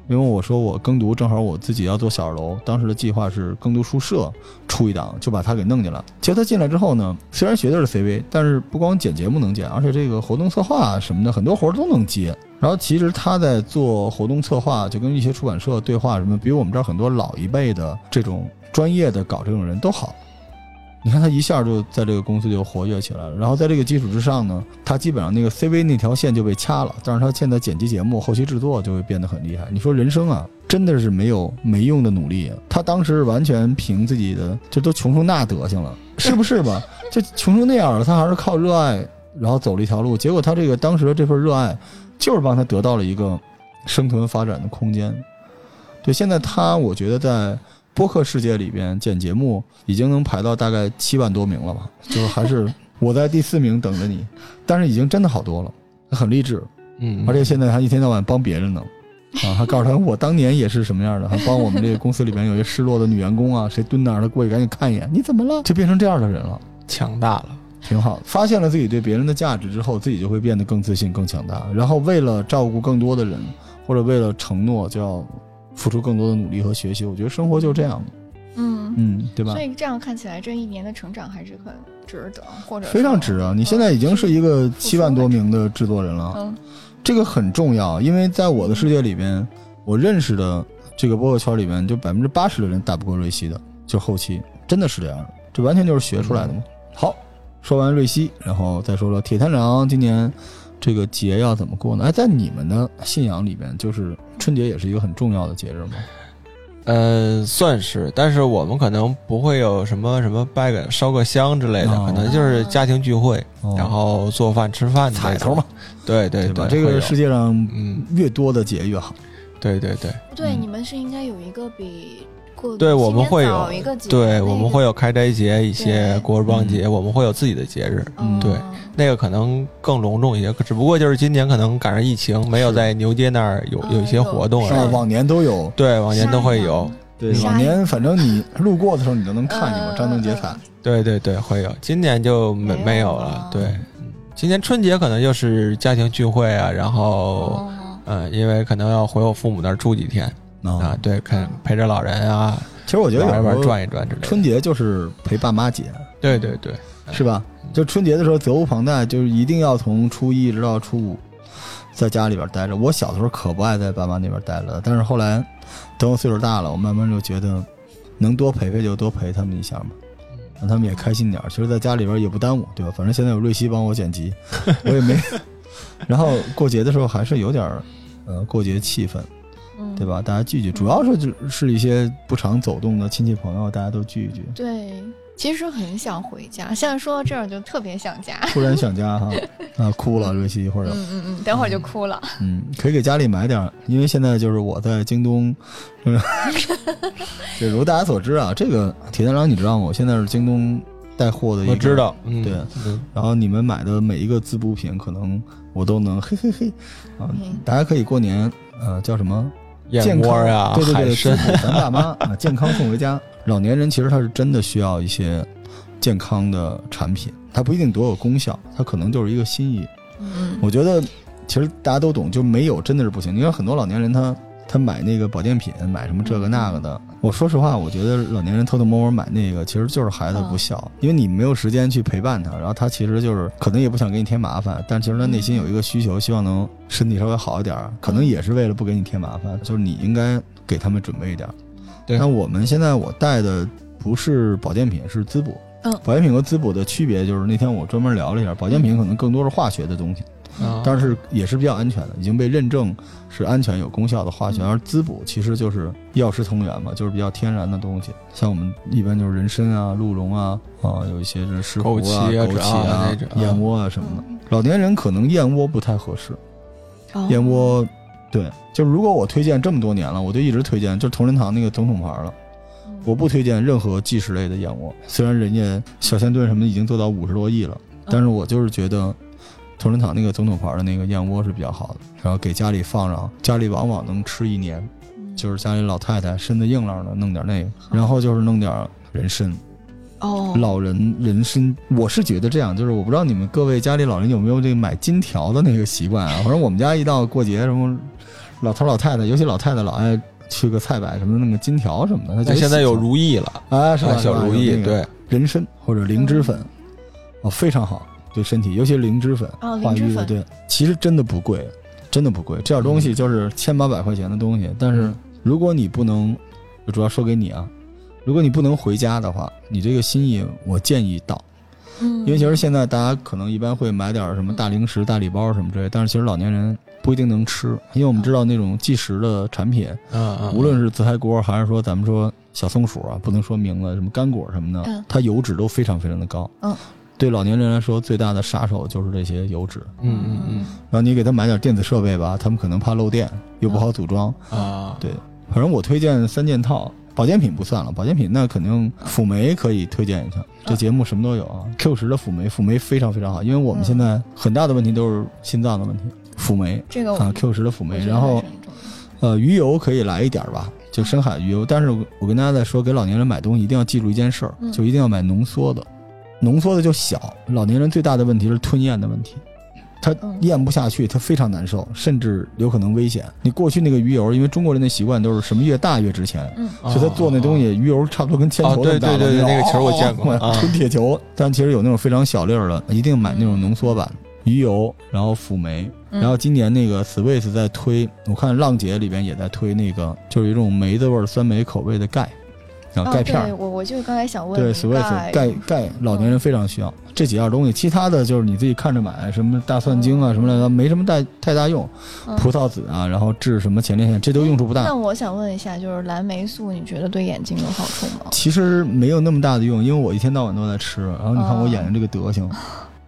[SPEAKER 1] 因为我说我耕读正好我自己要做小二楼，当时的计划是耕读书社出一档，就把他给弄进来。结果他进来之后呢，虽然学的是 CV，但是不光剪节目能剪，而且这个活动策划什么的很多活儿都能接。然后其实他在做活动策划，就跟一些出版社对话什么，比我们这儿很多老一辈的这种专业的搞这种人都好。你看他一下就在这个公司就活跃起来了，然后在这个基础之上呢，他基本上那个 CV 那条线就被掐了，但是他现在剪辑节目、后期制作就会变得很厉害。你说人生啊，真的是没有没用的努力啊！他当时完全凭自己的，这都穷成那德行了，是不是吧？就穷成那样了，他还是靠热爱，然后走了一条路。结果他这个当时的这份热爱，就是帮他得到了一个生存发展的空间。对，现在他我觉得在播客世界里边剪节目已经能排到大概七万多名了吧，就是还是我在第四名等着你，但是已经真的好多了，很励志，
[SPEAKER 2] 嗯，
[SPEAKER 1] 而且现在还一天到晚帮别人呢。啊，还告诉他我当年也是什么样的，还帮我们这个公司里边有一失落的女员工啊，谁蹲那儿，他过去赶紧看一眼，你怎么了？就变成这样的人了。
[SPEAKER 2] 强大了，
[SPEAKER 1] 挺好的。发现了自己对别人的价值之后，自己就会变得更自信、更强大。然后为了照顾更多的人，或者为了承诺，就要付出更多的努力和学习。我觉得生活就这样，
[SPEAKER 3] 嗯，
[SPEAKER 1] 嗯，对吧
[SPEAKER 3] 所？以这样看起来，这一年的成长还是很值得，或者
[SPEAKER 1] 非常值啊！你现在已经是一个七万多名的制作人了，
[SPEAKER 3] 嗯
[SPEAKER 1] 这个很重要，因为在我的世界里边，我认识的这个播客圈里边，就百分之八十的人打不过瑞希的，就后期真的是这样的，这完全就是学出来的嘛。好，说完瑞希，然后再说说铁探长今年这个节要怎么过呢？哎，在你们的信仰里边，就是春节也是一个很重要的节日嘛。
[SPEAKER 2] 嗯，算是，但是我们可能不会有什么什么拜个烧个香之类的，
[SPEAKER 1] 哦
[SPEAKER 2] 可能就是家庭聚会，
[SPEAKER 1] 哦
[SPEAKER 2] 然后做饭吃饭这种
[SPEAKER 1] 彩头嘛，，
[SPEAKER 2] 对对
[SPEAKER 1] 吧
[SPEAKER 2] 对，？
[SPEAKER 1] 这
[SPEAKER 2] 会有
[SPEAKER 1] 个世界上
[SPEAKER 2] 嗯，
[SPEAKER 1] 越多的节越好。
[SPEAKER 2] 对对对
[SPEAKER 3] 不对，
[SPEAKER 1] 嗯
[SPEAKER 3] 你们是应该有一个比过
[SPEAKER 2] 对，我们会
[SPEAKER 3] 新年
[SPEAKER 2] 有
[SPEAKER 3] 早一个节
[SPEAKER 2] 对，
[SPEAKER 3] 那个
[SPEAKER 2] 我们会有开斋节，一些
[SPEAKER 3] 对
[SPEAKER 2] 国日邦
[SPEAKER 1] 嗯
[SPEAKER 2] 节，我们会有自己的节日，
[SPEAKER 1] 嗯
[SPEAKER 2] 对那个可能更隆重一些，只不过就是今年可能赶上疫情，没有在牛街那儿有
[SPEAKER 3] 啊
[SPEAKER 2] 有一些活动
[SPEAKER 3] 有
[SPEAKER 2] 而
[SPEAKER 1] 啊，
[SPEAKER 2] 已。
[SPEAKER 1] 往年都有，
[SPEAKER 2] 对，往年都会有，
[SPEAKER 1] 对
[SPEAKER 2] 嗯
[SPEAKER 1] 往年反正你 路过的时候，你就能看见嘛，
[SPEAKER 3] 嗯
[SPEAKER 1] 张灯结彩。
[SPEAKER 2] 对对对，会有。今年就没
[SPEAKER 3] 没
[SPEAKER 2] 没
[SPEAKER 3] 有
[SPEAKER 2] 有
[SPEAKER 3] 了
[SPEAKER 2] 了。对，嗯今年春节可能就是家庭聚会啊，然后
[SPEAKER 3] 哦，
[SPEAKER 2] 嗯，因为可能要回我父母那儿住几天啊，对，看陪着老人啊，
[SPEAKER 1] 其哦实我觉得有
[SPEAKER 2] 玩一玩、
[SPEAKER 1] 时候
[SPEAKER 2] 转一嗯转之类的。
[SPEAKER 1] 春节就是陪爸妈节，
[SPEAKER 2] 对对对，
[SPEAKER 1] 是吧？就春节的时候责无旁贷，就是一定要从初一一直到初五，在家里边待着。我小的时候可不爱在爸妈那边待了，但是后来等我岁数大了，我慢慢就觉得能多陪陪就多陪他们一下嘛。
[SPEAKER 2] 嗯
[SPEAKER 1] 让他们也开心点儿。其实，在家里边也不耽误，对吧？反正现在有瑞希帮我剪辑，我也 没。然后过节的时候还是有点儿，呃，过节气氛，
[SPEAKER 3] 嗯
[SPEAKER 1] 对？吧？大家聚聚，主要是就是一些不常走动的亲戚朋友，大家都聚一聚。
[SPEAKER 3] 对，其实很想回家，现在说到这儿就特别想家。
[SPEAKER 1] 突然想家哈，啊，哭了，瑞希一会儿
[SPEAKER 3] 嗯
[SPEAKER 1] 有，
[SPEAKER 3] 嗯嗯，等会儿就哭了。
[SPEAKER 1] 嗯，可以给家里买点儿，因为现在就是我在京东，嗯就如大家所知啊，这个铁蛋长你知道吗？我现在是京东带货的一个，
[SPEAKER 2] 我知。道，嗯，
[SPEAKER 1] 对
[SPEAKER 2] 嗯，
[SPEAKER 1] 然后你们买的每一个滋补品，可能我都能嘿嘿嘿啊
[SPEAKER 3] 嗯！
[SPEAKER 1] 大家可以过年呃叫什么
[SPEAKER 2] 燕
[SPEAKER 1] 健
[SPEAKER 2] 窝
[SPEAKER 1] 康
[SPEAKER 2] 啊，
[SPEAKER 1] 对对
[SPEAKER 2] 海
[SPEAKER 1] 对，滋
[SPEAKER 2] 参，
[SPEAKER 1] 补咱爸 妈啊，健康送回家。老年人其实他是真的需要一些健康的产品，它不一定多有功效，它可能就是一个心意。
[SPEAKER 3] 嗯
[SPEAKER 1] 我觉得其实大家都懂，就没有真的是不行。因为很多老年人他他买那个保健品，买什么这个那个的。我说实话，我觉得老年人偷偷摸摸买那个，其实就是孩子不孝，因为你没有时间去陪伴他，然后他其实就是可能也不想给你添麻烦，但其实他内心有一个需求，希望能身体稍微好一点儿，可能也是为了不给你添麻烦，就是你应该给他们准备一点儿。
[SPEAKER 2] 对
[SPEAKER 1] 那我们现在我带的不是保健品，是滋补。
[SPEAKER 3] 嗯
[SPEAKER 1] 保健品和滋补的区别就是那天我专门聊了一下，保健品可能更多是化学的东西，
[SPEAKER 2] 啊
[SPEAKER 1] 但是也是比较安全的，已经被认证是安全有功效的化学。
[SPEAKER 3] 嗯
[SPEAKER 1] 而滋补其实就是药食同源嘛，就是比较天然的东西，像我们一般就是人参啊、鹿茸啊，啊有一些是石斛
[SPEAKER 2] 枸杞
[SPEAKER 1] 啊、
[SPEAKER 2] 啊
[SPEAKER 1] 枸杞
[SPEAKER 2] 啊
[SPEAKER 1] 啊
[SPEAKER 2] 那种、啊
[SPEAKER 1] 燕窝啊什么的。老年人可能燕窝不太合适，
[SPEAKER 3] 嗯哦
[SPEAKER 1] 燕窝，对，就是如果我推荐这么多年了，我就一直推荐，就是同仁堂那个总统牌了。
[SPEAKER 3] 嗯
[SPEAKER 1] 我不推荐任何即食类的燕窝，虽然人家小鲜炖什么的已经做到五十多亿了，但是我就是觉得同仁堂那个总统牌的那个燕窝是比较好的，然后给家里放上，家里往往能吃一年，
[SPEAKER 3] 嗯
[SPEAKER 1] 就是家里老太太身子硬朗的弄点那个，然后就是弄点人参，
[SPEAKER 3] 哦
[SPEAKER 1] 老人人参，我是觉得这样，就是我不知道你们各位家里老人有没有这个买金条的那个习惯啊？反正我们家一到过节什么，老头老太太，尤其老太太老爱去个菜百什么的弄个金条什么的，她觉
[SPEAKER 2] 那
[SPEAKER 1] 得
[SPEAKER 2] 现在有
[SPEAKER 1] 喜庆
[SPEAKER 2] 如意了，
[SPEAKER 1] 啊，是吧？
[SPEAKER 2] 啊小
[SPEAKER 1] 是吧
[SPEAKER 2] 如
[SPEAKER 1] 有
[SPEAKER 2] 意，
[SPEAKER 1] 那个
[SPEAKER 2] 对，
[SPEAKER 1] 人参或者灵芝粉，哦，非常好，对身体，尤其灵芝粉，
[SPEAKER 3] 哦
[SPEAKER 1] 化
[SPEAKER 3] 灵芝
[SPEAKER 1] 瘀的，
[SPEAKER 3] 粉
[SPEAKER 1] 对，其实真的不贵，真的不贵，这点东
[SPEAKER 2] 嗯
[SPEAKER 1] 西就是千八百块钱的东西，但是如果你不能，主要说给你啊，如果你不能回家的话，你这个心意，我建议到，
[SPEAKER 3] 嗯
[SPEAKER 1] 因为其实现在大家可能一般会买点什么大零食、大礼包什么之类，但是其实老年人。不一定能吃，因
[SPEAKER 3] 嗯
[SPEAKER 1] 为我们知道那种即食的产品，
[SPEAKER 2] 嗯嗯，
[SPEAKER 1] 无论是紫菜锅还是说咱们说小松鼠啊，不能说名字，什么干果什么的，
[SPEAKER 3] 嗯
[SPEAKER 1] 它油脂都非常非常的高。
[SPEAKER 3] 嗯，
[SPEAKER 1] 对老年人来说，最大的杀手就是这些油脂。
[SPEAKER 2] 嗯嗯
[SPEAKER 1] 然后你给他买点电子设备吧，他们可能怕漏电，又不好组装。
[SPEAKER 2] 嗯啊，
[SPEAKER 1] 对，反正我推荐三件套，保健品不算了，保健品那肯定辅酶可以推荐一
[SPEAKER 3] 嗯
[SPEAKER 1] 下。这节目什么都有啊，Q 十的辅酶，辅酶非常非常好，因为我们现在很大的问题都是心脏的问题，辅酶
[SPEAKER 3] 这个我
[SPEAKER 1] 啊，Q 十的辅
[SPEAKER 3] 嗯我
[SPEAKER 1] 酶，
[SPEAKER 3] 觉得
[SPEAKER 1] 然后
[SPEAKER 3] 还是很重要
[SPEAKER 1] 呃，鱼油可以来一点儿吧，就深海鱼油。但是我我跟大家在说，给老年人买东西一定要记住一件事儿，
[SPEAKER 3] 嗯
[SPEAKER 1] 就一定要买浓缩的，浓缩的就小。老年人最大的问题是吞咽的问题，他
[SPEAKER 3] 嗯
[SPEAKER 1] 咽不下去，他非常难受，甚至有可能危险。你过去那个鱼油，因为中国人的习惯都是什么越大越值钱，
[SPEAKER 3] 嗯，
[SPEAKER 1] 所以他做那东西鱼油差不多跟铅
[SPEAKER 2] 哦
[SPEAKER 1] 球那么大
[SPEAKER 2] 啊对对对
[SPEAKER 1] 吧
[SPEAKER 2] 对那个球我 见过
[SPEAKER 1] 哦
[SPEAKER 2] 啊
[SPEAKER 1] 吞铁球。但其实有那种非常小粒儿的，一定买那种浓缩版鱼油，然后辅酶。
[SPEAKER 3] 嗯
[SPEAKER 1] 然后今年那个 Swiss 在推，我看浪姐里边也在推那个，就是有一种梅子味儿酸梅口味的钙，啊
[SPEAKER 3] 哦
[SPEAKER 1] 钙片儿
[SPEAKER 3] 对。我我嗯就刚才想问
[SPEAKER 1] 对
[SPEAKER 3] 你
[SPEAKER 1] ，Swiss 钙钙，老年人非常需要这几样东西，其他的就是你自己看着买，什么大蒜精啊，什么乱七八糟，没什么太太大用。
[SPEAKER 3] 嗯
[SPEAKER 1] 葡萄籽啊，然后治什么前列腺，这都用处不大。
[SPEAKER 3] 那我想问一下，就是蓝莓素，你觉得对眼睛有好处吗？
[SPEAKER 1] 其实没有那么大的用，因为我一天到晚都在吃，然后你
[SPEAKER 3] 嗯
[SPEAKER 1] 看我眼睛这个德行，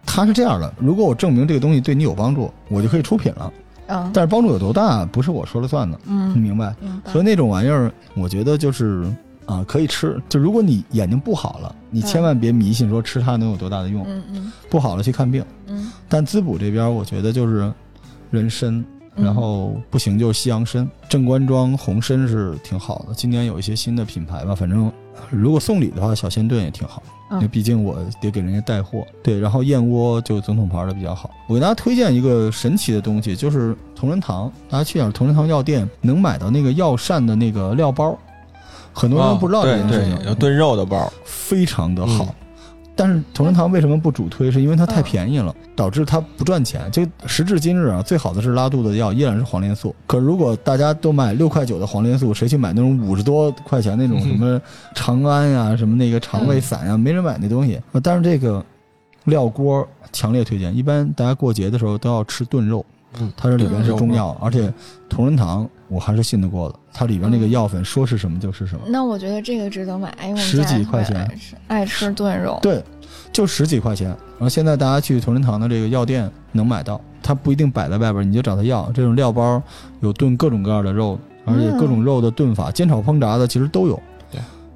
[SPEAKER 1] 它是这样的。如果我证明这个东西对你有帮助，我就可以出品了。
[SPEAKER 3] 嗯
[SPEAKER 1] 但是帮助有多大，不是我说了算的，你
[SPEAKER 3] 嗯，
[SPEAKER 1] 明白？
[SPEAKER 3] 明白
[SPEAKER 1] 所以那种玩意儿，我觉得就是啊、可以吃。就如果你眼睛不好了，你千万别迷信说吃它能有多大的用，
[SPEAKER 3] 嗯嗯
[SPEAKER 1] 不好了去看病。
[SPEAKER 3] 嗯，
[SPEAKER 1] 但滋补这边，我觉得就是人参。
[SPEAKER 3] 嗯
[SPEAKER 1] 然后不行就西洋参，正官庄红参是挺好的。今年有一些新的品牌吧，反正如果送礼的话，小鲜炖也挺好，
[SPEAKER 3] 嗯
[SPEAKER 1] 因为毕竟我得给人家带货。对，然后燕窝就总统牌的比较好。我给大家推荐一个神奇的东西，就是同仁堂，大家去点同仁堂药店能买到那个药膳的那个料包，很多人不知道这
[SPEAKER 2] 啊对
[SPEAKER 1] 件事情，
[SPEAKER 2] 对，有炖肉的包，
[SPEAKER 1] 非常的好。
[SPEAKER 2] 嗯
[SPEAKER 1] 但是同仁堂为什么不主推？是因为它太便宜了，导致它不赚钱。就时至今日啊，最好的是拉肚子的药依然是黄连素。可如果大家都买六块九的黄连素，谁去买那种五十多块钱那种
[SPEAKER 2] 嗯
[SPEAKER 1] 什么长安呀、什么那个肠胃散呀、啊没人买那东西。呃但是这个料锅强烈推荐，一般大家过节的时候都要吃炖肉。
[SPEAKER 2] 嗯
[SPEAKER 1] 它这里边是中
[SPEAKER 2] 炖肉
[SPEAKER 1] 药，而且同仁堂我还是信得过的，它里边那个
[SPEAKER 3] 嗯
[SPEAKER 1] 药粉说是什么就是什么。
[SPEAKER 3] 那我觉得这个值得买，因为我们
[SPEAKER 1] 十
[SPEAKER 3] 家
[SPEAKER 1] 几块
[SPEAKER 3] 特别
[SPEAKER 1] 钱
[SPEAKER 3] 爱吃，爱吃炖肉。
[SPEAKER 1] 对，就十几块钱。然后现在大家去同仁堂的这个药店能买到，它不一定摆在外边，你就找它要。这种料包有炖各种各样的肉，而且各种肉的炖法，煎炒烹炸的其实都有。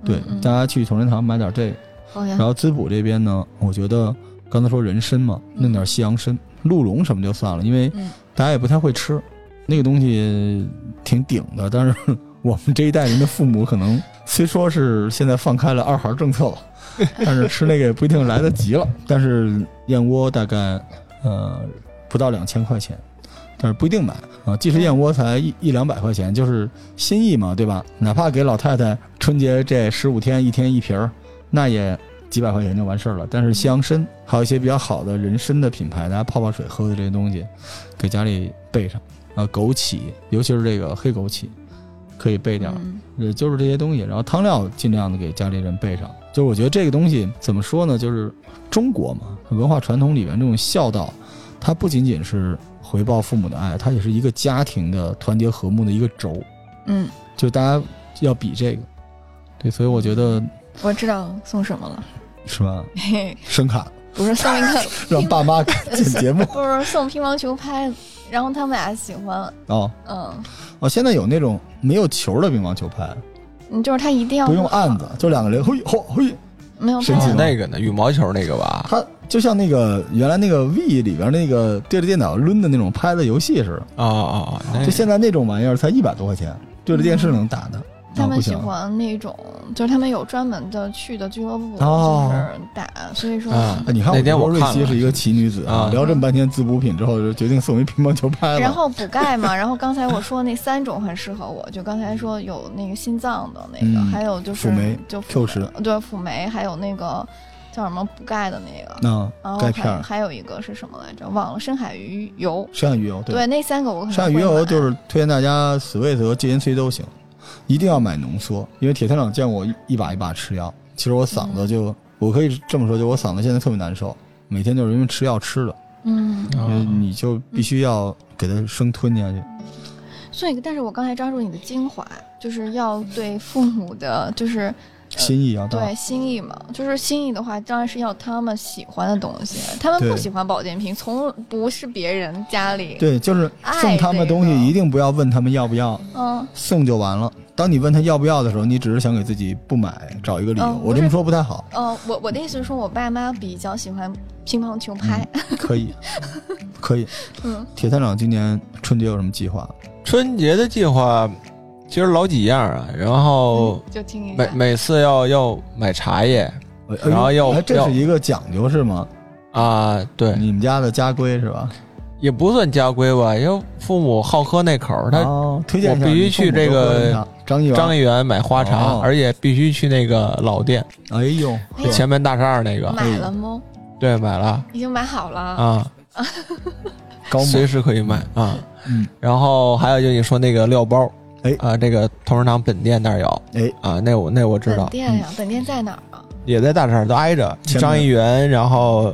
[SPEAKER 1] 对，
[SPEAKER 3] 嗯
[SPEAKER 1] 大家去同仁堂买点这个。
[SPEAKER 3] 好呀
[SPEAKER 1] 然，后滋补这边呢，我觉得刚才说人参嘛，
[SPEAKER 3] 嗯
[SPEAKER 1] 弄点西洋参、鹿茸什么就算了，因为
[SPEAKER 3] 嗯
[SPEAKER 1] 大家也不太会吃，那个东西挺顶的。但是我们这一代人的父母可能虽说是现在放开了二孩政策吧，但是吃那个也不一定来得及了。但是燕窝大概呃不到两千块钱。但是不一定买啊，即使燕窝才一一两百块钱，就是心意嘛，对吧？哪怕给老太太春节这十五天一天一瓶儿，那也几百块钱就完事儿了。但是西洋参还有一些比较好的人参的品牌，大家泡泡水喝的这些东西，给家里备上。啊，枸杞，尤其是这个黑枸杞，可以备点儿。
[SPEAKER 3] 嗯
[SPEAKER 1] 也呃就是这些东西，然后汤料尽量的给家里人备上。就是我觉得这个东西怎么说呢，就是中国嘛，文化传统里面这种孝道，它不仅仅是回报父母的爱，它也是一个家庭的团结和睦的一个轴。
[SPEAKER 3] 嗯，
[SPEAKER 1] 就大家要比这个，对，所以我觉得
[SPEAKER 3] 我知道送什么了，
[SPEAKER 1] 是吧？
[SPEAKER 3] 嘿嘿
[SPEAKER 1] 声卡
[SPEAKER 3] 不是送一个，
[SPEAKER 1] 让爸妈 进节目
[SPEAKER 3] 不是送乒乓球拍，然后他们俩喜欢，
[SPEAKER 1] 哦
[SPEAKER 3] 嗯，
[SPEAKER 1] 哦，现在有那种没有球的乒乓球拍，
[SPEAKER 3] 嗯就是他一定要
[SPEAKER 1] 不用按子，就两个人，嘿哎吼嘿，
[SPEAKER 3] 没有
[SPEAKER 1] 神
[SPEAKER 3] 办
[SPEAKER 1] 奇
[SPEAKER 3] 法
[SPEAKER 1] 的
[SPEAKER 2] 那个呢，羽毛球那个吧，
[SPEAKER 1] 它就像那个原来那个 V 里边那个对着电脑抡的那种拍的游戏似的。
[SPEAKER 2] 啊啊啊，那
[SPEAKER 1] 就现在那种玩意儿才一百多块钱，对着电视能打的，
[SPEAKER 3] 他
[SPEAKER 1] 啊
[SPEAKER 3] 们
[SPEAKER 1] 不
[SPEAKER 3] 喜
[SPEAKER 1] 行。
[SPEAKER 3] 欢嗯那种，就是他们有专门的去的俱乐部，
[SPEAKER 1] 哦
[SPEAKER 3] 就是打，所以说，
[SPEAKER 2] 啊
[SPEAKER 1] 哎，你看，
[SPEAKER 2] 那天
[SPEAKER 1] 我
[SPEAKER 2] 我
[SPEAKER 1] 说瑞
[SPEAKER 2] 看
[SPEAKER 1] 希
[SPEAKER 2] 了
[SPEAKER 1] 是一个奇女子
[SPEAKER 2] 啊
[SPEAKER 1] 聊这么半天滋补品之后，就决定送一乒乓球拍了。
[SPEAKER 3] 然后补钙嘛， 然后刚才我说那三种很适合我，就刚才说有那个心脏的那个，
[SPEAKER 1] 嗯
[SPEAKER 3] 还有就是
[SPEAKER 1] 辅酶
[SPEAKER 3] 就辅
[SPEAKER 1] Q 十，
[SPEAKER 3] 对辅酶，还有那个叫什么补钙的那个，
[SPEAKER 1] 那
[SPEAKER 3] 然后
[SPEAKER 1] 钙嗯片
[SPEAKER 3] 还
[SPEAKER 1] 儿、
[SPEAKER 3] 还有一个是什么来着？忘了，深海鱼油。
[SPEAKER 1] 山海鱼油，
[SPEAKER 3] 对，，那三个我可能
[SPEAKER 1] 山海
[SPEAKER 3] 会
[SPEAKER 1] 鱼油
[SPEAKER 3] 买
[SPEAKER 1] 就是推荐大家 Swiss 和 GNC 都行，一定要买浓缩，因为铁探长见我一一把一把吃药，其实我嗓子
[SPEAKER 3] 嗯
[SPEAKER 1] 就，我可以这么说，就我嗓子现在特别难受，每天就是因为吃药吃的，
[SPEAKER 3] 嗯，
[SPEAKER 1] 因
[SPEAKER 2] 啊
[SPEAKER 1] 为你就必须要给它生吞下
[SPEAKER 3] 嗯
[SPEAKER 1] 去。
[SPEAKER 3] 所以但是我刚才抓住你的精华，就是要对父母的，就是
[SPEAKER 1] 心意要到，
[SPEAKER 3] 对心意嘛，就是心意的话，当然是要他们喜欢的东西，他们不
[SPEAKER 1] 对
[SPEAKER 3] 喜欢保健品，从不是别人家里，
[SPEAKER 1] 对，就是送他们东
[SPEAKER 3] 爱这
[SPEAKER 1] 西，
[SPEAKER 3] 个
[SPEAKER 1] 一定不要问他们要不要，
[SPEAKER 3] 嗯，
[SPEAKER 1] 送就完了。当你问他要不要的时候，你只是想给自己不买找一个理由。
[SPEAKER 3] 嗯不是
[SPEAKER 1] 我这么说不太好，
[SPEAKER 3] 呃，我我的意思是说，我爸妈比较喜欢乒乓球拍，
[SPEAKER 2] 嗯
[SPEAKER 1] 嗯可 以，可以。
[SPEAKER 3] 嗯，
[SPEAKER 1] 铁探长今年春节有什么计划？
[SPEAKER 2] 春节的计划其实老几样啊，然后
[SPEAKER 3] 就听一
[SPEAKER 2] 每
[SPEAKER 3] 下，
[SPEAKER 2] 每次要要买茶叶，
[SPEAKER 1] 哎
[SPEAKER 2] 然后要
[SPEAKER 1] 哎这
[SPEAKER 2] 要
[SPEAKER 1] 是一个讲究是吗？
[SPEAKER 2] 啊，对，
[SPEAKER 1] 你们家的家规是吧？
[SPEAKER 2] 也不算家规吧，因为父母好喝那口儿，他
[SPEAKER 1] 哦推荐一下
[SPEAKER 2] 我必须
[SPEAKER 1] 你父母
[SPEAKER 2] 去这个
[SPEAKER 1] 多喝一下张一元
[SPEAKER 2] 张一元买花茶
[SPEAKER 1] 哦，
[SPEAKER 2] 而且必须去那个老店，
[SPEAKER 1] 哎呦，
[SPEAKER 3] 哎呀
[SPEAKER 2] 前门大栅那个，
[SPEAKER 3] 买了吗？
[SPEAKER 2] 对，买了
[SPEAKER 3] 已经买好了。
[SPEAKER 2] 啊，
[SPEAKER 1] 高
[SPEAKER 2] 随时可以买啊。
[SPEAKER 1] 嗯，
[SPEAKER 2] 然后还有就是你说那个料包，
[SPEAKER 1] 哎
[SPEAKER 2] 啊，这个同仁堂本店那儿有
[SPEAKER 1] 哎，
[SPEAKER 2] 啊，那我那我知
[SPEAKER 3] 本
[SPEAKER 2] 道，
[SPEAKER 3] 店呀，本店在哪儿啊？
[SPEAKER 2] 也在大栅都挨着
[SPEAKER 1] 前门
[SPEAKER 2] 张一元，然后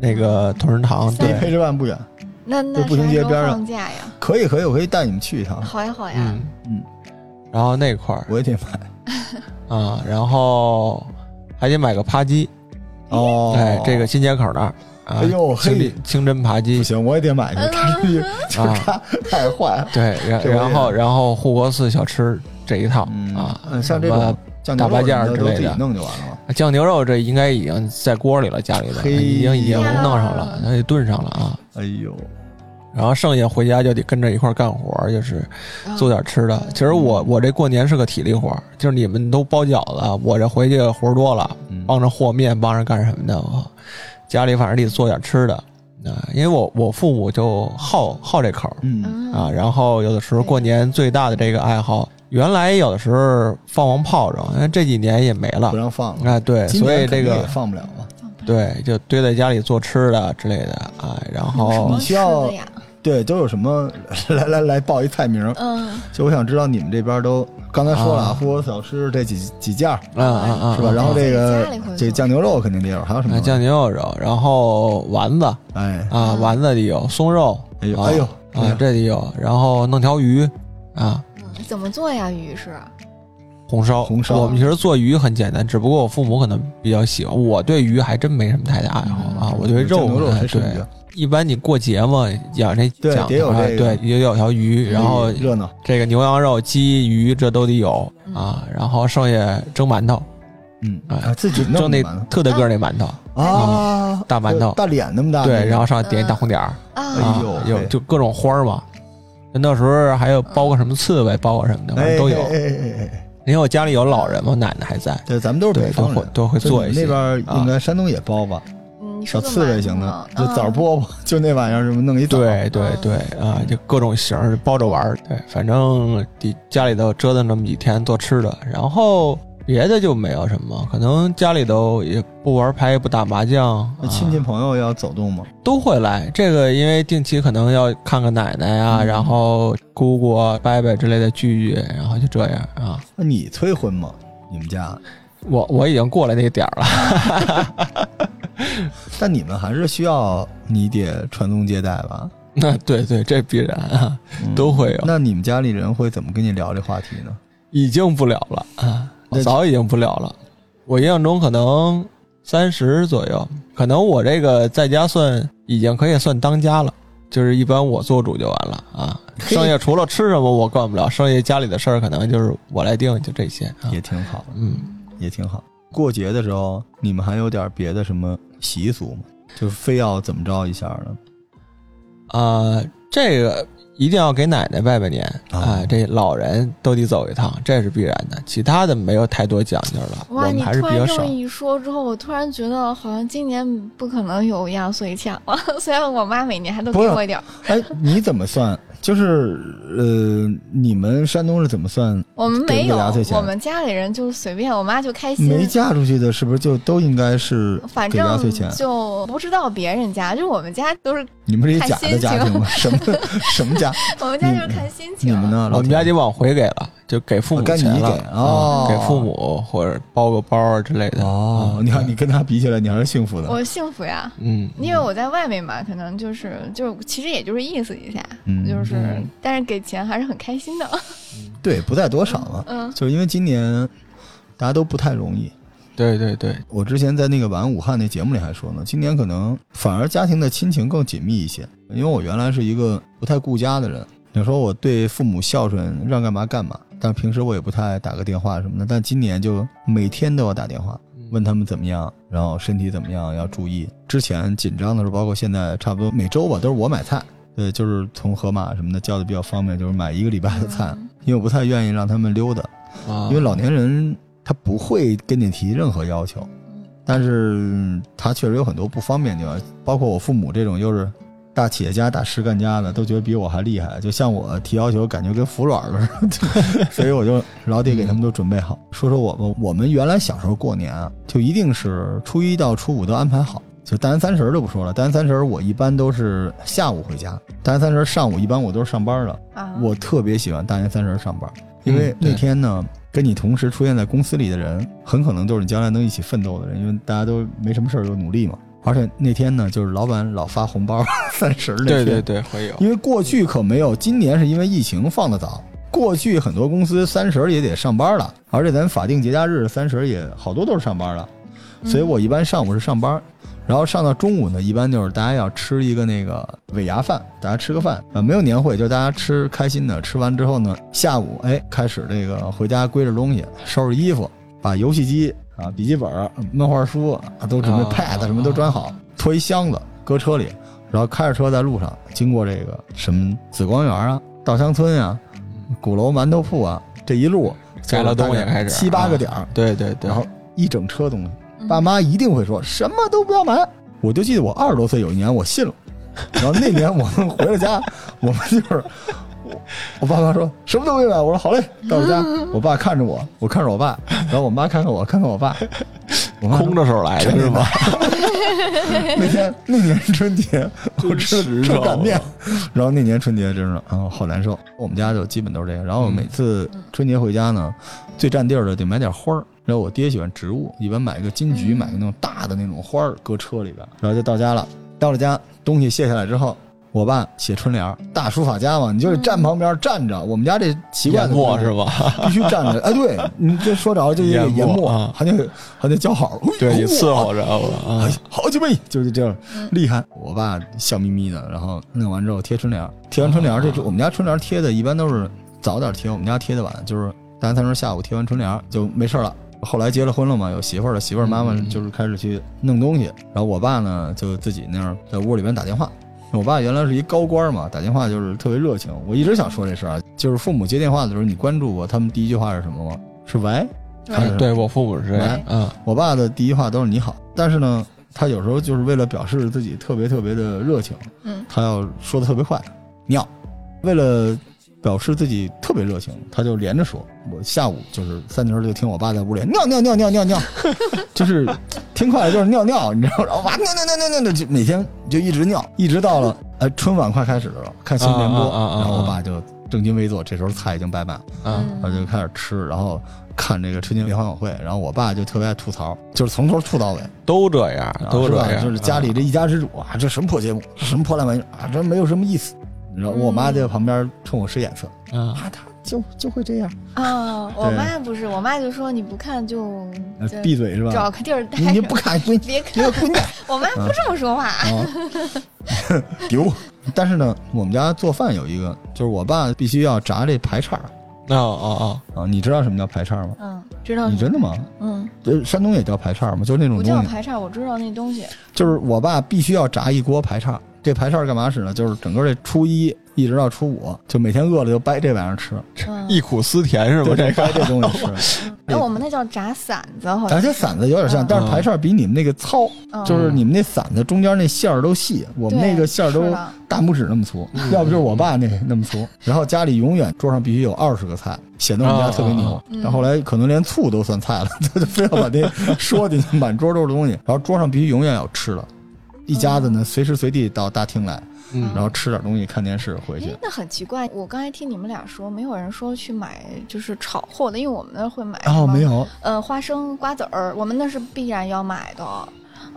[SPEAKER 2] 那个同仁堂，
[SPEAKER 1] 离
[SPEAKER 2] 对，嗯
[SPEAKER 1] 陪之万不远，
[SPEAKER 3] 那那
[SPEAKER 1] 就步行街
[SPEAKER 3] 啥时候
[SPEAKER 1] 边上
[SPEAKER 3] 放假呀？
[SPEAKER 1] 可以可以，我可以带你们去一趟，
[SPEAKER 3] 好呀好呀
[SPEAKER 2] 嗯，
[SPEAKER 1] 嗯，
[SPEAKER 2] 然后那块儿
[SPEAKER 1] 我也得买
[SPEAKER 2] 啊，然后还得买个扒鸡，
[SPEAKER 1] 哦
[SPEAKER 2] 哎，这个新街口那儿啊
[SPEAKER 1] 哎，呦
[SPEAKER 2] 清
[SPEAKER 1] 嘿，
[SPEAKER 2] 真清真扒
[SPEAKER 1] 不
[SPEAKER 2] 鸡
[SPEAKER 1] 行，我也得买这个，他
[SPEAKER 3] 嗯
[SPEAKER 1] 这 就是他
[SPEAKER 2] 啊
[SPEAKER 1] 太坏了，
[SPEAKER 2] 对，然
[SPEAKER 1] 这我也
[SPEAKER 2] 然后然后护国寺小吃这一套
[SPEAKER 1] 嗯
[SPEAKER 2] 啊，
[SPEAKER 1] 嗯像这
[SPEAKER 2] 什么
[SPEAKER 1] 种酱牛
[SPEAKER 2] 大白
[SPEAKER 1] 肉
[SPEAKER 2] 酱
[SPEAKER 1] 什么的
[SPEAKER 2] 之
[SPEAKER 1] 都
[SPEAKER 2] 类
[SPEAKER 1] 自己
[SPEAKER 2] 的
[SPEAKER 1] 弄就完了嘛，
[SPEAKER 2] 酱牛肉这应该已经在锅里了，家里的
[SPEAKER 1] 嘿
[SPEAKER 2] 已经已经
[SPEAKER 3] 呀
[SPEAKER 2] 弄上了，那就炖上了啊。
[SPEAKER 1] 哎呦，
[SPEAKER 2] 然后剩下回家就得跟着一块儿干活，就是
[SPEAKER 1] 嗯
[SPEAKER 3] 啊
[SPEAKER 2] 做点吃的。其实我我这过年是个体力活儿，就是你们都包饺子，我这回去活儿多了，
[SPEAKER 1] 嗯
[SPEAKER 2] 帮着和面，帮着干什么的。我家里反正得做点吃的啊，因为我我父母就好好这口儿
[SPEAKER 1] 嗯
[SPEAKER 3] 嗯
[SPEAKER 2] 啊。然后有的时候过年最大的这个爱好，原来有的时候放放炮仗，哎这几年也没了
[SPEAKER 1] 不。让放了，
[SPEAKER 2] 啊，对，
[SPEAKER 1] 今
[SPEAKER 2] 所以
[SPEAKER 1] 年
[SPEAKER 2] 这
[SPEAKER 1] 肯定
[SPEAKER 2] 个
[SPEAKER 1] 也放不了了。
[SPEAKER 2] 对，就堆在家里做吃的之类的啊，然
[SPEAKER 3] 什
[SPEAKER 2] 后
[SPEAKER 3] 么
[SPEAKER 1] 你需要
[SPEAKER 3] 吃的呀？
[SPEAKER 1] 对，都有什么？ 来来来，报一菜名儿。
[SPEAKER 3] 嗯，
[SPEAKER 1] 就我想知道你们这边都刚才说了
[SPEAKER 2] 啊
[SPEAKER 1] 啊，复活小吃这几几件儿
[SPEAKER 2] 啊啊啊，
[SPEAKER 1] 是吧？
[SPEAKER 2] 啊
[SPEAKER 1] 然后这个
[SPEAKER 3] 家里会做
[SPEAKER 1] 这酱牛肉肯定得有，还有什么
[SPEAKER 2] 啊？酱牛肉，然后丸子
[SPEAKER 1] 哎，
[SPEAKER 2] 啊，丸子里有松肉，
[SPEAKER 1] 哎呦
[SPEAKER 2] 啊
[SPEAKER 1] 哎呦哎
[SPEAKER 2] 啊
[SPEAKER 1] 呦，
[SPEAKER 2] 这里有，然后弄条鱼啊，
[SPEAKER 3] 嗯怎么做呀？鱼是啊
[SPEAKER 2] 红烧
[SPEAKER 1] 红烧
[SPEAKER 2] 我们其实做鱼很简单，只不过我父母可能比较喜欢，我对鱼还真没什么太大爱好啊，我对
[SPEAKER 1] 嗯酱牛肉
[SPEAKER 2] 可能
[SPEAKER 1] 还是
[SPEAKER 2] 对。一般你过节嘛，养这
[SPEAKER 1] 对
[SPEAKER 2] 讲
[SPEAKER 1] 得有
[SPEAKER 2] 究啊
[SPEAKER 1] 这个
[SPEAKER 2] 对，也有条鱼，然后
[SPEAKER 1] 热闹，
[SPEAKER 2] 这个牛羊肉、鸡、鱼这都得有啊，然后剩下蒸馒头，
[SPEAKER 1] 嗯
[SPEAKER 2] 哎
[SPEAKER 1] 啊，自己
[SPEAKER 2] 蒸
[SPEAKER 1] 弄
[SPEAKER 2] 那
[SPEAKER 1] 的馒
[SPEAKER 2] 特大个儿那馒头，
[SPEAKER 1] 头啊，
[SPEAKER 2] 大馒头
[SPEAKER 1] 大脸那么啊大那个，
[SPEAKER 2] 对，然后上点一大红点儿，
[SPEAKER 1] 哎
[SPEAKER 3] 啊
[SPEAKER 2] 啊
[SPEAKER 1] 呦，
[SPEAKER 2] 有
[SPEAKER 1] 嘿
[SPEAKER 2] 就各种花儿嘛。那时候还有包个什么刺猬，包个什么的，反
[SPEAKER 1] 哎
[SPEAKER 2] 正都有
[SPEAKER 1] 哎。哎哎哎哎，
[SPEAKER 2] 因为我家里有老人嘛，奶奶还在，
[SPEAKER 1] 对，咱们都是
[SPEAKER 2] 对
[SPEAKER 1] 北，
[SPEAKER 2] 都
[SPEAKER 1] 方
[SPEAKER 2] 会
[SPEAKER 1] 人。
[SPEAKER 2] 都会
[SPEAKER 1] 就
[SPEAKER 2] 做一
[SPEAKER 1] 你们
[SPEAKER 2] 些。
[SPEAKER 1] 那边应
[SPEAKER 2] 啊
[SPEAKER 1] 该山东也包吧，
[SPEAKER 3] 嗯，你
[SPEAKER 1] 小
[SPEAKER 3] 说个
[SPEAKER 1] 刺猬型的
[SPEAKER 3] 馒，头啊
[SPEAKER 1] 就枣饽饽，就那玩意儿，什么弄一枣，
[SPEAKER 2] 对对对啊，就各种型儿包着玩儿。对，反正得家里头折腾那么几天做吃的，然后别的就没有什么。可能家里头也不玩牌，也不打麻将，
[SPEAKER 1] 那
[SPEAKER 2] 啊
[SPEAKER 1] 亲戚朋友要走动吗？
[SPEAKER 2] 都会来。这个因为定期可能要看看奶奶啊，
[SPEAKER 1] 嗯
[SPEAKER 2] 然后姑姑、啊、伯伯之类的聚聚，然后就这样啊。
[SPEAKER 1] 那你催婚吗？你们家？
[SPEAKER 2] 我我已经过了那个点儿了，
[SPEAKER 1] 但你们还是需要你得传宗接代吧？
[SPEAKER 2] 那对对，这必然啊，
[SPEAKER 1] 嗯
[SPEAKER 2] 都会有，
[SPEAKER 1] 那你们家里人会怎么跟你聊这话题呢？
[SPEAKER 2] 已经不了了啊，我
[SPEAKER 1] 那
[SPEAKER 2] 早已经不了了。我印象中可能三十左右，可能我这个在家算已经可以算当家了，就是一般我做主就完了啊，
[SPEAKER 1] 嘿
[SPEAKER 2] 剩下除了吃什么我干不了，剩下家里的事儿可能就是我来定，就这些啊
[SPEAKER 1] 也，挺好，
[SPEAKER 2] 嗯。
[SPEAKER 1] 也挺好。过节的时候，你们还有点别的什么习俗吗？就是非要怎么着一下呢？
[SPEAKER 2] 啊，这个一定要给奶奶拜拜年
[SPEAKER 1] 啊
[SPEAKER 2] 啊，这老人都得走一趟，这是必然的。其他的没有太多讲究了，我
[SPEAKER 3] 哇，
[SPEAKER 2] 们
[SPEAKER 3] 你
[SPEAKER 2] 还是
[SPEAKER 3] 突
[SPEAKER 2] 比
[SPEAKER 3] 然
[SPEAKER 2] 较
[SPEAKER 3] 这
[SPEAKER 2] 少
[SPEAKER 3] 么。一说之后，我突然觉得好像今年不可能有压岁钱了。 虽然我妈每年还都给
[SPEAKER 1] 不是
[SPEAKER 3] 我一点儿，
[SPEAKER 1] 哎，你怎么算？就是呃，你们山东是怎么算？
[SPEAKER 3] 我们
[SPEAKER 1] 给
[SPEAKER 3] 没
[SPEAKER 1] 不
[SPEAKER 3] 有
[SPEAKER 1] 了压岁，钱
[SPEAKER 3] 我们家里人就是随便，我妈就开心。
[SPEAKER 1] 没嫁出去的，是不是就都应该是
[SPEAKER 3] 反
[SPEAKER 1] 给压岁
[SPEAKER 3] 正
[SPEAKER 1] 钱？
[SPEAKER 3] 就不知道别人家，就是我 们家都是
[SPEAKER 1] 你们这些假的家庭吗？什么什么家？
[SPEAKER 3] 我们家 就是看心
[SPEAKER 1] 你
[SPEAKER 3] 情。
[SPEAKER 1] 们呢？
[SPEAKER 2] 我哦们家
[SPEAKER 1] 老
[SPEAKER 2] 得往回给了，就给父母
[SPEAKER 1] 啊该你
[SPEAKER 2] 钱
[SPEAKER 1] 给
[SPEAKER 2] 了，
[SPEAKER 1] 哦
[SPEAKER 2] 啊给父母或者包个包啊之类
[SPEAKER 1] 田
[SPEAKER 2] 的。
[SPEAKER 1] 哦，
[SPEAKER 2] 嗯
[SPEAKER 1] 你看你，跟他比起来，你还是幸福的。
[SPEAKER 3] 我幸福呀，
[SPEAKER 2] 嗯，
[SPEAKER 3] 因为我在外面嘛，可能就是就是其实也就是意思一下，
[SPEAKER 1] 嗯
[SPEAKER 3] 就是、
[SPEAKER 2] 嗯
[SPEAKER 3] 但是给钱还是很开心的。
[SPEAKER 1] 对，不在多少嘛，
[SPEAKER 3] 嗯
[SPEAKER 1] 就是因为今年大家都不太容易。
[SPEAKER 2] 对对对，
[SPEAKER 1] 我之前在那个晚安武汉那节目里还说呢，今年可能反而家庭的亲情更紧密一些，因为我原来是一个不太顾家的人。你说我对父母孝顺，让干嘛干嘛，但平时我也不太打个电话什么的。但今年就每天都要打电话，问他们怎么样，然后身体怎么样，要注意。之前紧张的时候，包括现在，差不多每周吧都是我买菜，对，就是从盒马什么的叫的比较方便，就是买一个礼拜的菜，
[SPEAKER 3] 嗯
[SPEAKER 1] 因为我不太愿意让他们溜达，
[SPEAKER 2] 啊
[SPEAKER 1] 因为老年人他不会跟你提任何要求。
[SPEAKER 3] 嗯
[SPEAKER 1] 但是它确实有很多不方便的地方，包括我父母这种又是大企业家、大实干家的，都觉得比我还厉害。就像我提要求，感觉跟服软了似的，所以我就老得给他们都准备好。说说我们，我们原来小时候过年啊，就一定是初一到初五都安排好。就大年三十儿就不说了，大年三十儿我一般都是下午回家，大年三十儿上午一般我都是上班的。
[SPEAKER 3] 啊，
[SPEAKER 2] 嗯
[SPEAKER 1] 我特别喜欢大年三十儿上班，因为那天呢，跟你同时出现在公司里的人，很可能都是你将来能一起奋斗的人，因为大家都没什么事儿就努力嘛。而且那天呢，就是老板老发红包，三十儿 那
[SPEAKER 2] 对
[SPEAKER 1] 天，
[SPEAKER 2] 对对，会有。
[SPEAKER 1] 因为过去可没有，今年是因为疫情放的早。过去很多公司三十儿也得上班了，而且咱法定节假日三十儿也好多都是上班了，
[SPEAKER 3] 嗯
[SPEAKER 1] 所以我一般上午是上班，然后上到中午呢，一般就是大家要吃一个那个尾牙饭，大家吃个饭啊、呃没有年会，就大家吃开心的。吃完之后呢，下午哎开始这个回家归置东西，收拾衣服，把游戏机啊、笔记本、漫画书啊都准备
[SPEAKER 2] 啊
[SPEAKER 1] pad 什么都装好，拖一箱子搁车里，然后开着车在路上经过这个什么紫光园啊、稻香村啊、鼓楼馒头铺啊，这一路
[SPEAKER 2] 改了东西开始
[SPEAKER 1] 七八个点儿，
[SPEAKER 2] 对对对，
[SPEAKER 1] 然后一整车东西。
[SPEAKER 3] 嗯
[SPEAKER 1] 爸妈一定会说什么都不要买。我就记得我二十多岁有一年我信了，然后那年我们回了家，我们就是我我爸妈说什么都没买，我说好嘞，到了家，我爸看着我，我看着我爸，然后我妈看看我，看看我爸，我妈说
[SPEAKER 2] 空着手来的是吧？
[SPEAKER 1] 那天那年春节我吃了
[SPEAKER 2] 真实
[SPEAKER 1] 吃了
[SPEAKER 2] 啊
[SPEAKER 1] 擀面，然后那年春节真是啊好难受。我们家就基本都是这个。然后每次春节回家呢，最占地儿的得买点花儿。然后我爹喜欢植物，一般买一个金桔，
[SPEAKER 3] 嗯
[SPEAKER 1] 买个那种大的那种花儿，搁车里边，然后就到家了。到了家，东西卸下来之后。我爸写春联儿，大书法家嘛，你就得站旁边站着。我们家这习惯
[SPEAKER 2] 淹
[SPEAKER 1] 的
[SPEAKER 2] 没是吧？
[SPEAKER 1] 必须站着。哎，对你这说着了就得
[SPEAKER 2] 淹没
[SPEAKER 1] 淹没
[SPEAKER 2] 啊，
[SPEAKER 1] 还得还得叫好。
[SPEAKER 2] 对，你
[SPEAKER 1] 你
[SPEAKER 2] 伺候着我啊
[SPEAKER 1] 哎，，好姐妹，就是这样
[SPEAKER 3] 嗯
[SPEAKER 1] 厉害。我爸笑眯眯的，然后弄完之后贴春联儿，贴完春
[SPEAKER 2] 啊
[SPEAKER 1] 联儿，这就我们家春联儿贴的一般都是早点贴，我们家贴的晚，就是大年三十下午贴完春联儿就没事儿了。后来结了婚了嘛，有媳妇儿了，媳妇儿妈妈
[SPEAKER 2] 嗯
[SPEAKER 1] 就是开始去弄东西，然后我爸呢就自己那样在屋里边打电话。我爸原来是一高官嘛，打电话就是特别热情。我一直想说这事儿啊，就是父母接电话的时候，你关注过他们第一句话是什么吗？是喂，
[SPEAKER 3] 对
[SPEAKER 1] 哎
[SPEAKER 2] 对我父母是这样
[SPEAKER 1] 哎，
[SPEAKER 2] 嗯，
[SPEAKER 1] 我爸的第一话都是你好，但是呢，他有时候就是为了表示自己特别特别的热情，
[SPEAKER 3] 嗯
[SPEAKER 1] 他要说的特别快，你好。为了表示自己特别热情，他就连着说。我下午就是三点钟就听我爸在屋里尿尿尿尿尿 尿，就是听快了就是尿尿，你知道吗？然后哇尿尿尿尿尿尿，就每天就一直尿，一直到了呃春晚快开始了，看新闻联播，
[SPEAKER 2] 啊啊啊啊啊
[SPEAKER 1] 然后我爸就正襟危坐，这时候菜已经摆满了。
[SPEAKER 2] 啊，
[SPEAKER 1] 然后就
[SPEAKER 3] 嗯
[SPEAKER 1] 开始吃，然后看这个春节联欢晚会，然后我爸就特别爱吐槽，就是从头吐到尾，啊
[SPEAKER 2] 都这样，都
[SPEAKER 1] 是
[SPEAKER 2] 这
[SPEAKER 1] 吧？
[SPEAKER 2] 样，
[SPEAKER 1] 就是家里这一家之主啊，这什么破节目，什么破烂玩意儿啊，这没有什么意思。然后我妈在旁边冲我使眼色，
[SPEAKER 2] 啊，
[SPEAKER 1] 啊，他就就会这样，
[SPEAKER 3] 啊，我
[SPEAKER 1] 对
[SPEAKER 3] 妈不是，我妈就说你不看就
[SPEAKER 1] 呃
[SPEAKER 3] 就
[SPEAKER 1] 闭嘴是吧？
[SPEAKER 3] 找个地儿待
[SPEAKER 1] 你
[SPEAKER 3] 着
[SPEAKER 1] 你不看 滚，
[SPEAKER 3] 别看
[SPEAKER 1] 你给我滚蛋！
[SPEAKER 3] 我妈不这么说话，
[SPEAKER 1] 啊， 丢。但是呢，我们家做饭有一个，就是我爸必须要炸这排叉儿
[SPEAKER 2] 那哦
[SPEAKER 1] 啊，你知道什么叫排叉吗？
[SPEAKER 3] 嗯，知道
[SPEAKER 1] 你真的吗？
[SPEAKER 3] 嗯，
[SPEAKER 1] 呃，山东也叫排叉儿吗？就是那种
[SPEAKER 3] 不
[SPEAKER 1] 嗯东
[SPEAKER 3] 叫
[SPEAKER 1] 西。
[SPEAKER 3] 排叉，我知道那东西，
[SPEAKER 1] 就是我爸必须要炸一锅排叉，这排叉干嘛使呢？就是整个这初一一直到初五，就每天饿了就掰这玩意儿吃，
[SPEAKER 2] 哦，
[SPEAKER 3] 嗯，
[SPEAKER 2] 忆苦思甜是吧？
[SPEAKER 1] 就
[SPEAKER 2] 这
[SPEAKER 1] 掰
[SPEAKER 2] 个
[SPEAKER 1] 这东西 吃。
[SPEAKER 3] 哎，我们那叫炸馓子，好
[SPEAKER 1] 咱
[SPEAKER 3] 像，
[SPEAKER 1] 这馓子有点像，
[SPEAKER 3] 嗯
[SPEAKER 1] 但是排叉比你们那个糙，
[SPEAKER 3] 嗯
[SPEAKER 1] 就是你们那馓子中间那馅儿都细，我们那个馅儿
[SPEAKER 3] 是
[SPEAKER 1] 都
[SPEAKER 3] 的
[SPEAKER 1] 大拇指那么粗，
[SPEAKER 2] 嗯
[SPEAKER 1] 要不就是我爸那那么粗。然后家里永远桌上必须有二十个菜，显得我们家特别牛
[SPEAKER 2] 啊
[SPEAKER 3] 嗯。
[SPEAKER 1] 但后来可能连醋都算菜了， 他就非要把 那说进去，满桌都是东西。然后桌上必须永远有吃的，一家子呢随时随地到大厅来。
[SPEAKER 2] 嗯
[SPEAKER 1] 然后吃点东西，看电视，回去
[SPEAKER 3] 哎，。那很奇怪，我刚才听你们俩说，没有人说去买就是炒货的，因为我们那儿会买。
[SPEAKER 1] 然后哦没。有，
[SPEAKER 3] 呃，花生、瓜子儿，我们那是必然要买的。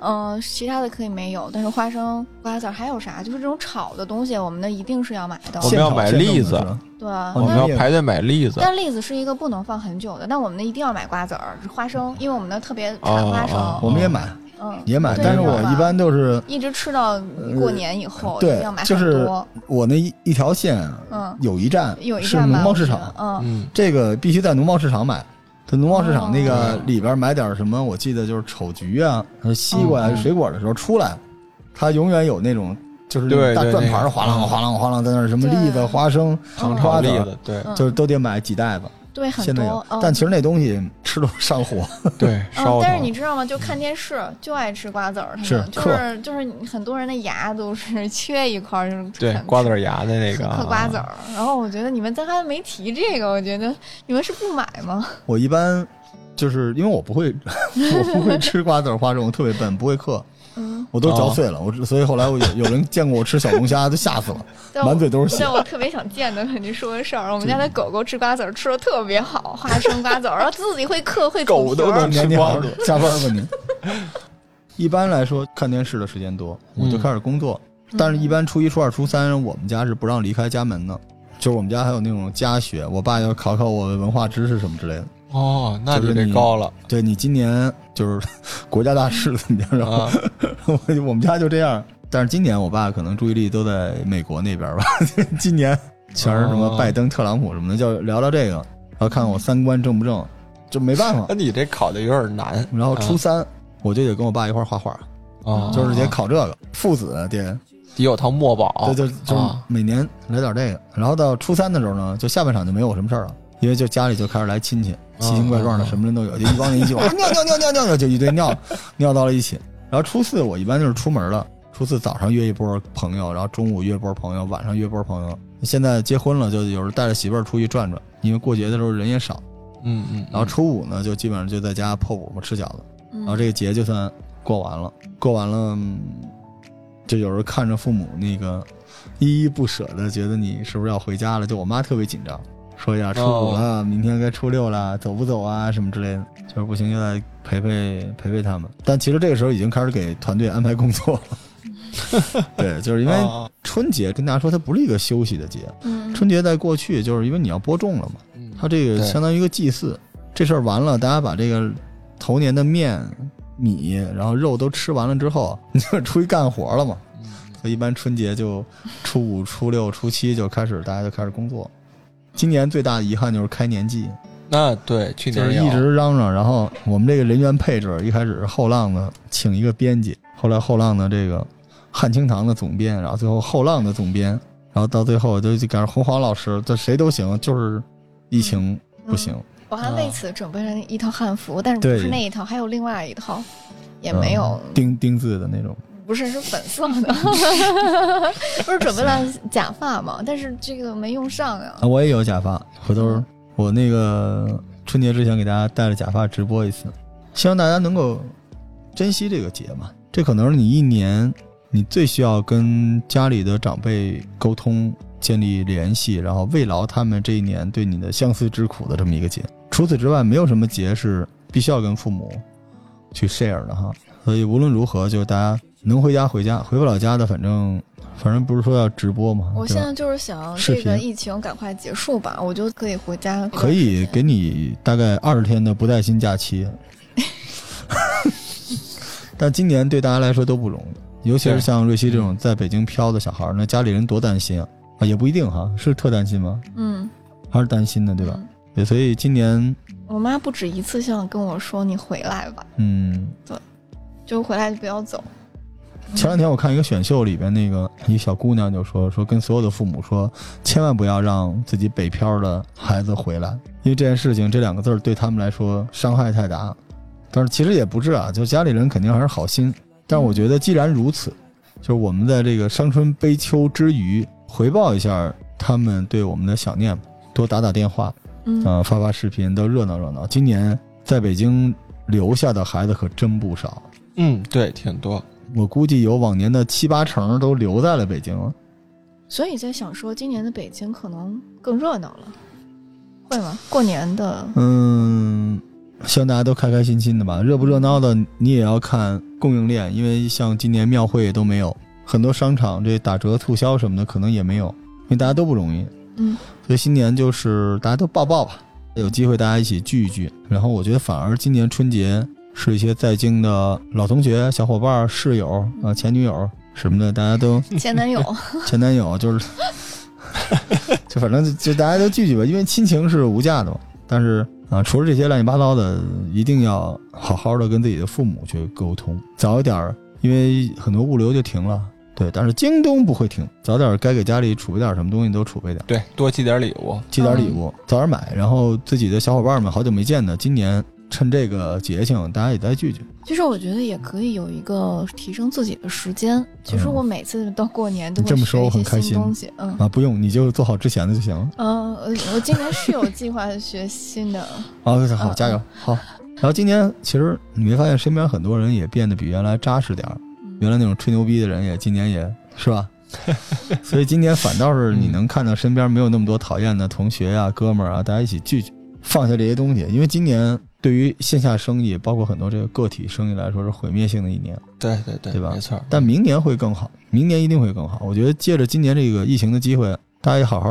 [SPEAKER 3] 嗯、其他的可以没有，但是花生、瓜子儿还有啥，就是这种炒的东西，我们那一定是要买的
[SPEAKER 2] 我。们要买栗
[SPEAKER 1] 现炒
[SPEAKER 2] 子
[SPEAKER 1] 现弄的
[SPEAKER 3] 对啊，
[SPEAKER 1] 哦
[SPEAKER 2] 我们
[SPEAKER 3] 但
[SPEAKER 2] 要排队买栗子，
[SPEAKER 3] 但栗子是一个不能放很久的，但我们那一定要买瓜子儿、花生，因为我们那特
[SPEAKER 1] 哦
[SPEAKER 3] 别产花生。
[SPEAKER 1] 是吧我
[SPEAKER 2] 哦
[SPEAKER 1] 们也买，
[SPEAKER 3] 嗯，
[SPEAKER 1] 也买，
[SPEAKER 3] 对
[SPEAKER 1] 但是我一般都是
[SPEAKER 3] 一直吃到过年以后，
[SPEAKER 1] 嗯对
[SPEAKER 3] 要买，
[SPEAKER 1] 就
[SPEAKER 3] 很
[SPEAKER 1] 是
[SPEAKER 3] 多。
[SPEAKER 1] 我那一一条线，
[SPEAKER 3] 嗯，
[SPEAKER 1] 有一站
[SPEAKER 3] 有一
[SPEAKER 1] 是
[SPEAKER 3] 站
[SPEAKER 1] 农
[SPEAKER 3] 吧，
[SPEAKER 1] 贸
[SPEAKER 3] 我
[SPEAKER 1] 市
[SPEAKER 3] 记得
[SPEAKER 1] 场，
[SPEAKER 3] 嗯
[SPEAKER 2] 嗯，
[SPEAKER 1] 这个必须在农贸市场买。在农贸市场那个
[SPEAKER 2] 哦
[SPEAKER 1] 里边买点什么，我记得就是丑橘啊、西瓜啊
[SPEAKER 3] 嗯嗯
[SPEAKER 1] 水果的时候出来，它永远有那种就是那种
[SPEAKER 2] 对
[SPEAKER 1] 大
[SPEAKER 2] 对
[SPEAKER 1] 转
[SPEAKER 2] 对
[SPEAKER 1] 盘，哗啷哗啷哗啷在那儿什么
[SPEAKER 3] 对
[SPEAKER 1] 栗子、花生、
[SPEAKER 3] 嗯
[SPEAKER 1] 瓜
[SPEAKER 2] 炒
[SPEAKER 1] 子
[SPEAKER 2] 栗
[SPEAKER 1] 儿，
[SPEAKER 2] 子，对，
[SPEAKER 3] 嗯，
[SPEAKER 1] 就是都得买几袋子。
[SPEAKER 3] 对，很
[SPEAKER 1] 现在有
[SPEAKER 3] 多。嗯、
[SPEAKER 1] 但其实那东西吃了上火，
[SPEAKER 2] 对，
[SPEAKER 3] 嗯
[SPEAKER 2] 烧，
[SPEAKER 3] 但是
[SPEAKER 2] 它
[SPEAKER 3] 你知道吗？就看电视就爱吃瓜子儿，他
[SPEAKER 1] 是
[SPEAKER 3] 们就
[SPEAKER 1] 嗑
[SPEAKER 3] 是就是你很多人的牙都是 缺一块儿，就是
[SPEAKER 2] 对
[SPEAKER 3] 啃
[SPEAKER 2] 瓜子儿啊牙的那
[SPEAKER 3] 嗑
[SPEAKER 2] 个
[SPEAKER 3] 嗑瓜子儿。然后我觉得你们咱还没提这个，我觉得你们是不买吗？
[SPEAKER 1] 我一般就是因为我不会， 我不会吃瓜子儿花生，我特别笨，不会嗑，
[SPEAKER 3] 嗯，
[SPEAKER 1] 我都
[SPEAKER 2] 哦
[SPEAKER 1] 嚼碎了。我所以后来我有有人见过我吃小龙虾，都吓死了，
[SPEAKER 3] 但我
[SPEAKER 1] 满嘴都是血
[SPEAKER 3] 但。我特别想见的跟你说个事儿，我们家的狗狗吃瓜子儿吃的特别好，花生瓜子儿，然后自己会嗑会
[SPEAKER 2] 狗
[SPEAKER 3] 吐皮
[SPEAKER 2] 都
[SPEAKER 3] 儿
[SPEAKER 2] 能
[SPEAKER 1] 您
[SPEAKER 2] 吃
[SPEAKER 1] 您好
[SPEAKER 2] 光了，
[SPEAKER 1] 加班吧您。一般来说，看电视的时间多，我就
[SPEAKER 2] 嗯
[SPEAKER 1] 开始工作。但是，一般初一、初二、初三，我们家是不让离开家门的。就是我们家还有那种家学，我爸要考考我文化知识什么之类的。
[SPEAKER 2] 哦，那
[SPEAKER 1] 就是
[SPEAKER 2] 就得
[SPEAKER 1] 你
[SPEAKER 2] 高了
[SPEAKER 1] 对你今年就是国家大事怎么样？然后
[SPEAKER 2] 啊！
[SPEAKER 1] 我我们家就这样。但是今年我爸可能注意力都在美国那边吧，今年全是什么拜登、特朗普什么的，就聊聊这个，然后看看我三观正不正，就没办法
[SPEAKER 2] 那。你这考的有点难
[SPEAKER 1] 然后初三我就得跟我爸一块儿画画，
[SPEAKER 2] 啊，
[SPEAKER 1] 就是得
[SPEAKER 2] 得
[SPEAKER 1] 考这个，父子得
[SPEAKER 2] 得有套墨宝
[SPEAKER 1] 对，，就就是
[SPEAKER 2] 啊
[SPEAKER 1] 每年来点这个。然后到初三的时候呢，就下半场就没有我什么事儿了。因为就家里就开始来亲戚，奇形怪状的，
[SPEAKER 2] 啊
[SPEAKER 1] 什么人都有，就一帮人一起往 尿尿尿尿尿尿，就一堆尿尿到了一起。然后初四我一般就是出门了，初四早上约一波朋友，然后中午约一波朋友，晚上约一波朋友。现在结婚了，就有时候带着媳妇儿出去转转，因为过节的时候人也少。
[SPEAKER 2] 嗯嗯，
[SPEAKER 1] 然后初五呢，就基本上就在家破五嘛，吃饺子。
[SPEAKER 3] 然
[SPEAKER 1] 然后这个节就算过完了，过完了，嗯就有时候看着父母那个依依不舍的，觉得你是不是要回家了？就我妈特别紧张，说呀，初五了，明天该初六了，走不走啊？什么之类的，就是不行就得陪陪陪陪他们。但其实这个时候已经开始给团队安排工作了。对，就是因为
[SPEAKER 2] 啊
[SPEAKER 1] 春节跟大家说，它不是一个休息的节。
[SPEAKER 3] 嗯，
[SPEAKER 1] 春节在过去，就是因为你要播种了嘛，
[SPEAKER 2] 嗯
[SPEAKER 1] 它这个
[SPEAKER 2] 对
[SPEAKER 1] 相当于一个祭祀，这事儿完了，大家把这个头年的面、米，然后肉都吃完了之后，你就出去干活了嘛。
[SPEAKER 2] 嗯
[SPEAKER 1] 所以一般春节就初五、初六、初七就开始，大家就开始工作。今年最大的遗憾就是开年祭，
[SPEAKER 2] 那对去
[SPEAKER 1] 就
[SPEAKER 2] 年
[SPEAKER 1] 是
[SPEAKER 2] 有
[SPEAKER 1] 一直嚷嚷。然后我们这个人员配置一开始是后浪的请一个编辑，后来后浪的这个汉清堂的总编，然后最后后浪的总编，然后到最后就就赶上红黄老师，这谁都行，就是疫情不行。
[SPEAKER 3] 我还为此准备了一套汉服，但是不
[SPEAKER 1] 啊对
[SPEAKER 3] 是那一套，还有另外一套，也没有，
[SPEAKER 1] 嗯钉钉字的那种。
[SPEAKER 3] 不是是粉色 的，不是准备了假发嘛，但是这个没用上啊
[SPEAKER 1] 啊，。我也有假发，回头我那个春节之前给大家带着假发直播一次，希望大家能够珍惜这个节嘛。这可能是你一年你最需要跟家里的长辈沟通、建立联系，然后慰劳他们这一年对你的相思之苦的这么一个节。除此之外，没有什么节是必须要跟父母去 share 的哈。所以无论如何，就大家能回家回家，回不了家的，反正反正不是说要直播嘛，
[SPEAKER 3] 我
[SPEAKER 1] 对
[SPEAKER 3] 现
[SPEAKER 1] 吧
[SPEAKER 3] 在就是想
[SPEAKER 1] 视
[SPEAKER 3] 这
[SPEAKER 1] 频
[SPEAKER 3] 个疫情赶快结束吧，我就可以回家。
[SPEAKER 1] 可以给你大概二十天的不带薪假期，但今年对大家来说都不容易，尤其是
[SPEAKER 2] 对
[SPEAKER 1] 像瑞希这种在北京漂的小孩儿，那家里人多担心啊！啊，也不一定哈，是特担心吗？
[SPEAKER 3] 嗯，
[SPEAKER 1] 还是担心的，对吧？
[SPEAKER 3] 嗯？
[SPEAKER 1] 对，所以今年，
[SPEAKER 3] 我妈不止一次性跟我说：“你回来吧，
[SPEAKER 1] 嗯，
[SPEAKER 3] 就回来就不要走。
[SPEAKER 1] 前两天我看一个选秀里边，那个一小姑娘就说说跟所有的父母说，千万不要让自己北漂的孩子回来，因为这件事情这两个字儿对他们来说伤害太大。但是其实也不是啊，就家里人肯定还是好心。但我觉得既然如此，就是我们在这个伤春悲秋之余，回报一下他们对我们的想念，多打打电话，”
[SPEAKER 3] 嗯，
[SPEAKER 1] 啊、发发视频，都热闹热闹。今年在北京留下的孩子可真不少。
[SPEAKER 2] 嗯对挺多，
[SPEAKER 1] 我估计有往年的七八成都留在了北京了。
[SPEAKER 3] 所以在想说，今年的北京可能更热闹了，会吗？过年的，
[SPEAKER 1] 嗯，希望大家都开开心心的吧。热不热闹的，你也要看供应链，因为像今年庙会也都没有，很多商场这打折促销什么的可能也没有，因为大家都不容易。
[SPEAKER 3] 嗯，
[SPEAKER 1] 所以新年就是大家都抱抱吧，有机会大家一起聚一聚。然后我觉得反而今年春节是一些在京的老同学、小伙伴、室友啊、前女友什么的，大家都
[SPEAKER 3] 前男友，
[SPEAKER 1] 前男友就是， 就反正就就大家都聚聚吧，因为亲情是无价的嘛。但是啊，除了这些乱七八糟的，一定要好好的跟自己的父母去沟通，早一点儿，因为很多物流就停了，对，但是京东不会停，早点该给家里储备点什么东西都储备点，
[SPEAKER 2] 对，多寄点礼物。
[SPEAKER 1] 寄点礼物，早点买。然后自己的小伙伴们好久没见的，今年趁这个节庆，大家也再聚聚。
[SPEAKER 3] 其实我觉得也可以有一个提升自己的时间。其实我每次到过年都
[SPEAKER 1] 嗯
[SPEAKER 3] 会
[SPEAKER 1] 这么说
[SPEAKER 3] 学一
[SPEAKER 1] 我很
[SPEAKER 3] 些
[SPEAKER 1] 开心
[SPEAKER 3] 新东西，嗯。
[SPEAKER 1] 啊，不用，你就做好之前的就行了。
[SPEAKER 3] 嗯，我我今年是有计划学新的，
[SPEAKER 1] 啊，好，
[SPEAKER 3] 嗯
[SPEAKER 1] 加油，好。然后今年其实你没发现身边很多人也变得比原来扎实点儿，
[SPEAKER 3] 嗯
[SPEAKER 1] 原来那种吹牛逼的人也今年也是 吧？所以今年反倒是你能看到身边没有那么多讨厌的同学呀、哥们儿啊，大家一起聚聚，放下这些东西。因为今年对于线下生意，包括很多这个个体生意来说是毁灭性的一年，
[SPEAKER 2] 对对对，
[SPEAKER 1] 对吧
[SPEAKER 2] 没错。
[SPEAKER 1] 但明年会更好，明年一定会更好。我觉得借着今年这个疫情的机会，大家也好好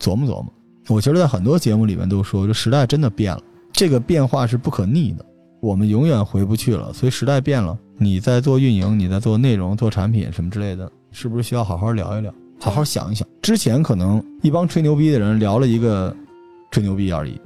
[SPEAKER 1] 琢磨琢磨。我觉得在很多节目里面都说，这时代真的变了，这个变化是不可逆的，我们永远回不去了。所以时代变了，你在做运营，你在做内容、做产品什么之类的，是不是需要好好聊一聊，好好想一想？之前可能一帮吹牛逼的人聊了一个吹牛逼而已，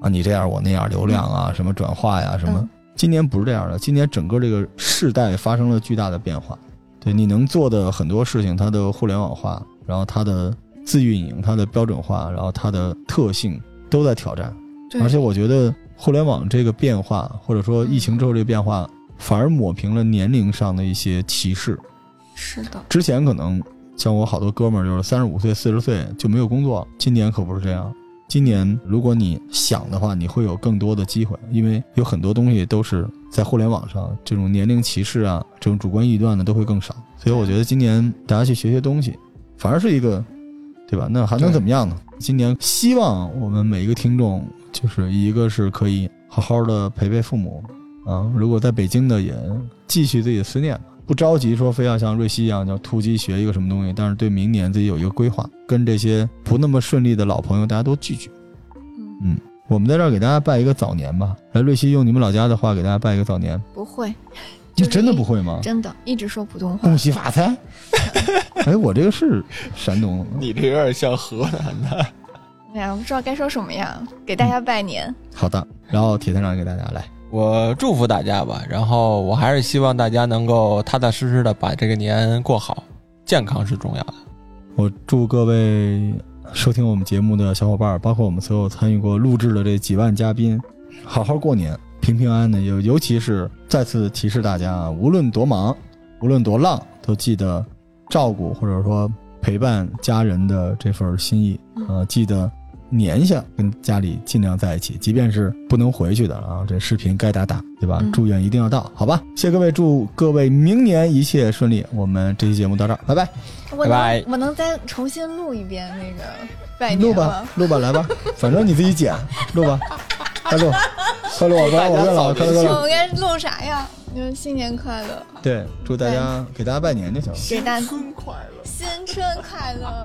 [SPEAKER 1] 啊，你这样我那样，流量啊，什么转化呀、什么
[SPEAKER 3] 嗯。
[SPEAKER 1] 今年不是这样的，今年整个这个世代发生了巨大的变化。对你能做的很多事情，它的互联网化，然后它的自运营、它的标准化，然后它的特性都在挑战。
[SPEAKER 3] 嗯对
[SPEAKER 1] 而且我觉得互联网这个变化，或者说疫情之后这个变化，反而抹平了年龄上的一些歧视。
[SPEAKER 3] 是的，
[SPEAKER 1] 之前可能像我好多哥们儿，就是三十五岁、四十岁就没有工作了。今年可不是这样，今年如果你想的话，你会有更多的机会，因为有很多东西都是在互联网上，这种年龄歧视啊，这种主观臆断的都会更少。所以我觉得今年大家去学学东西，反而是一个，对吧？那还能
[SPEAKER 2] 对
[SPEAKER 1] 怎么样呢？今年希望我们每一个听众，就是一个是可以好好的陪陪父母啊，如果在北京的也继续自己的思念吧，不着急说非要像瑞希一样叫突击学一个什么东西，但是对明年自己有一个规划，跟这些不那么顺利的老朋友大家多聚聚。
[SPEAKER 3] 嗯，
[SPEAKER 1] 我们在这儿给大家拜一个早年吧，来，瑞希用你们老家的话给大家拜一个早年。
[SPEAKER 3] 不会，
[SPEAKER 1] 你
[SPEAKER 3] 就是
[SPEAKER 1] 真的
[SPEAKER 3] 一
[SPEAKER 1] 不会吗？
[SPEAKER 3] 真的一直说普通话
[SPEAKER 1] 恭，喜发财！ 哎，我这个是山东的吗。
[SPEAKER 2] 你这有点像河南的，
[SPEAKER 3] 哎呀，我不知道该说什么呀，给大
[SPEAKER 1] 嗯
[SPEAKER 3] 家拜年，
[SPEAKER 1] 好的，然后铁探长给大家来。
[SPEAKER 2] 我祝福大家吧。然后我还是希望大家能够踏踏实实的把这个年过好，健康是重要的。
[SPEAKER 1] 我祝各位收听我们节目的小伙伴儿，包括我们所有参与过录制的这几万嘉宾，好好过年，平平安安的。尤尤其是再次提示大家啊，无论多忙，无论多浪，都记得照顾或者说陪伴家人的这份心意
[SPEAKER 3] 嗯
[SPEAKER 1] 啊、呃记得。年下跟家里尽量在一起，即便是不能回去的啊，这视频该打打，对吧？
[SPEAKER 3] 嗯
[SPEAKER 1] 祝愿一定要到，好吧？谢谢各位，祝各位明年一切顺利。我们这期节目到这儿，拜拜。
[SPEAKER 3] 我
[SPEAKER 2] 拜
[SPEAKER 3] 能
[SPEAKER 2] 拜
[SPEAKER 3] 我能再重新录一遍那个拜
[SPEAKER 1] 录
[SPEAKER 3] 年
[SPEAKER 1] 吧
[SPEAKER 3] 吗？，
[SPEAKER 1] 录吧，来吧，反正你自己剪，录吧，快录，快录，不然我认了，快录快
[SPEAKER 3] 我
[SPEAKER 1] 录。
[SPEAKER 3] 们该录啥呀？就是新年快乐，
[SPEAKER 1] 对，祝大家给大家拜年就行了。
[SPEAKER 3] 给大家新春快乐，新春快乐。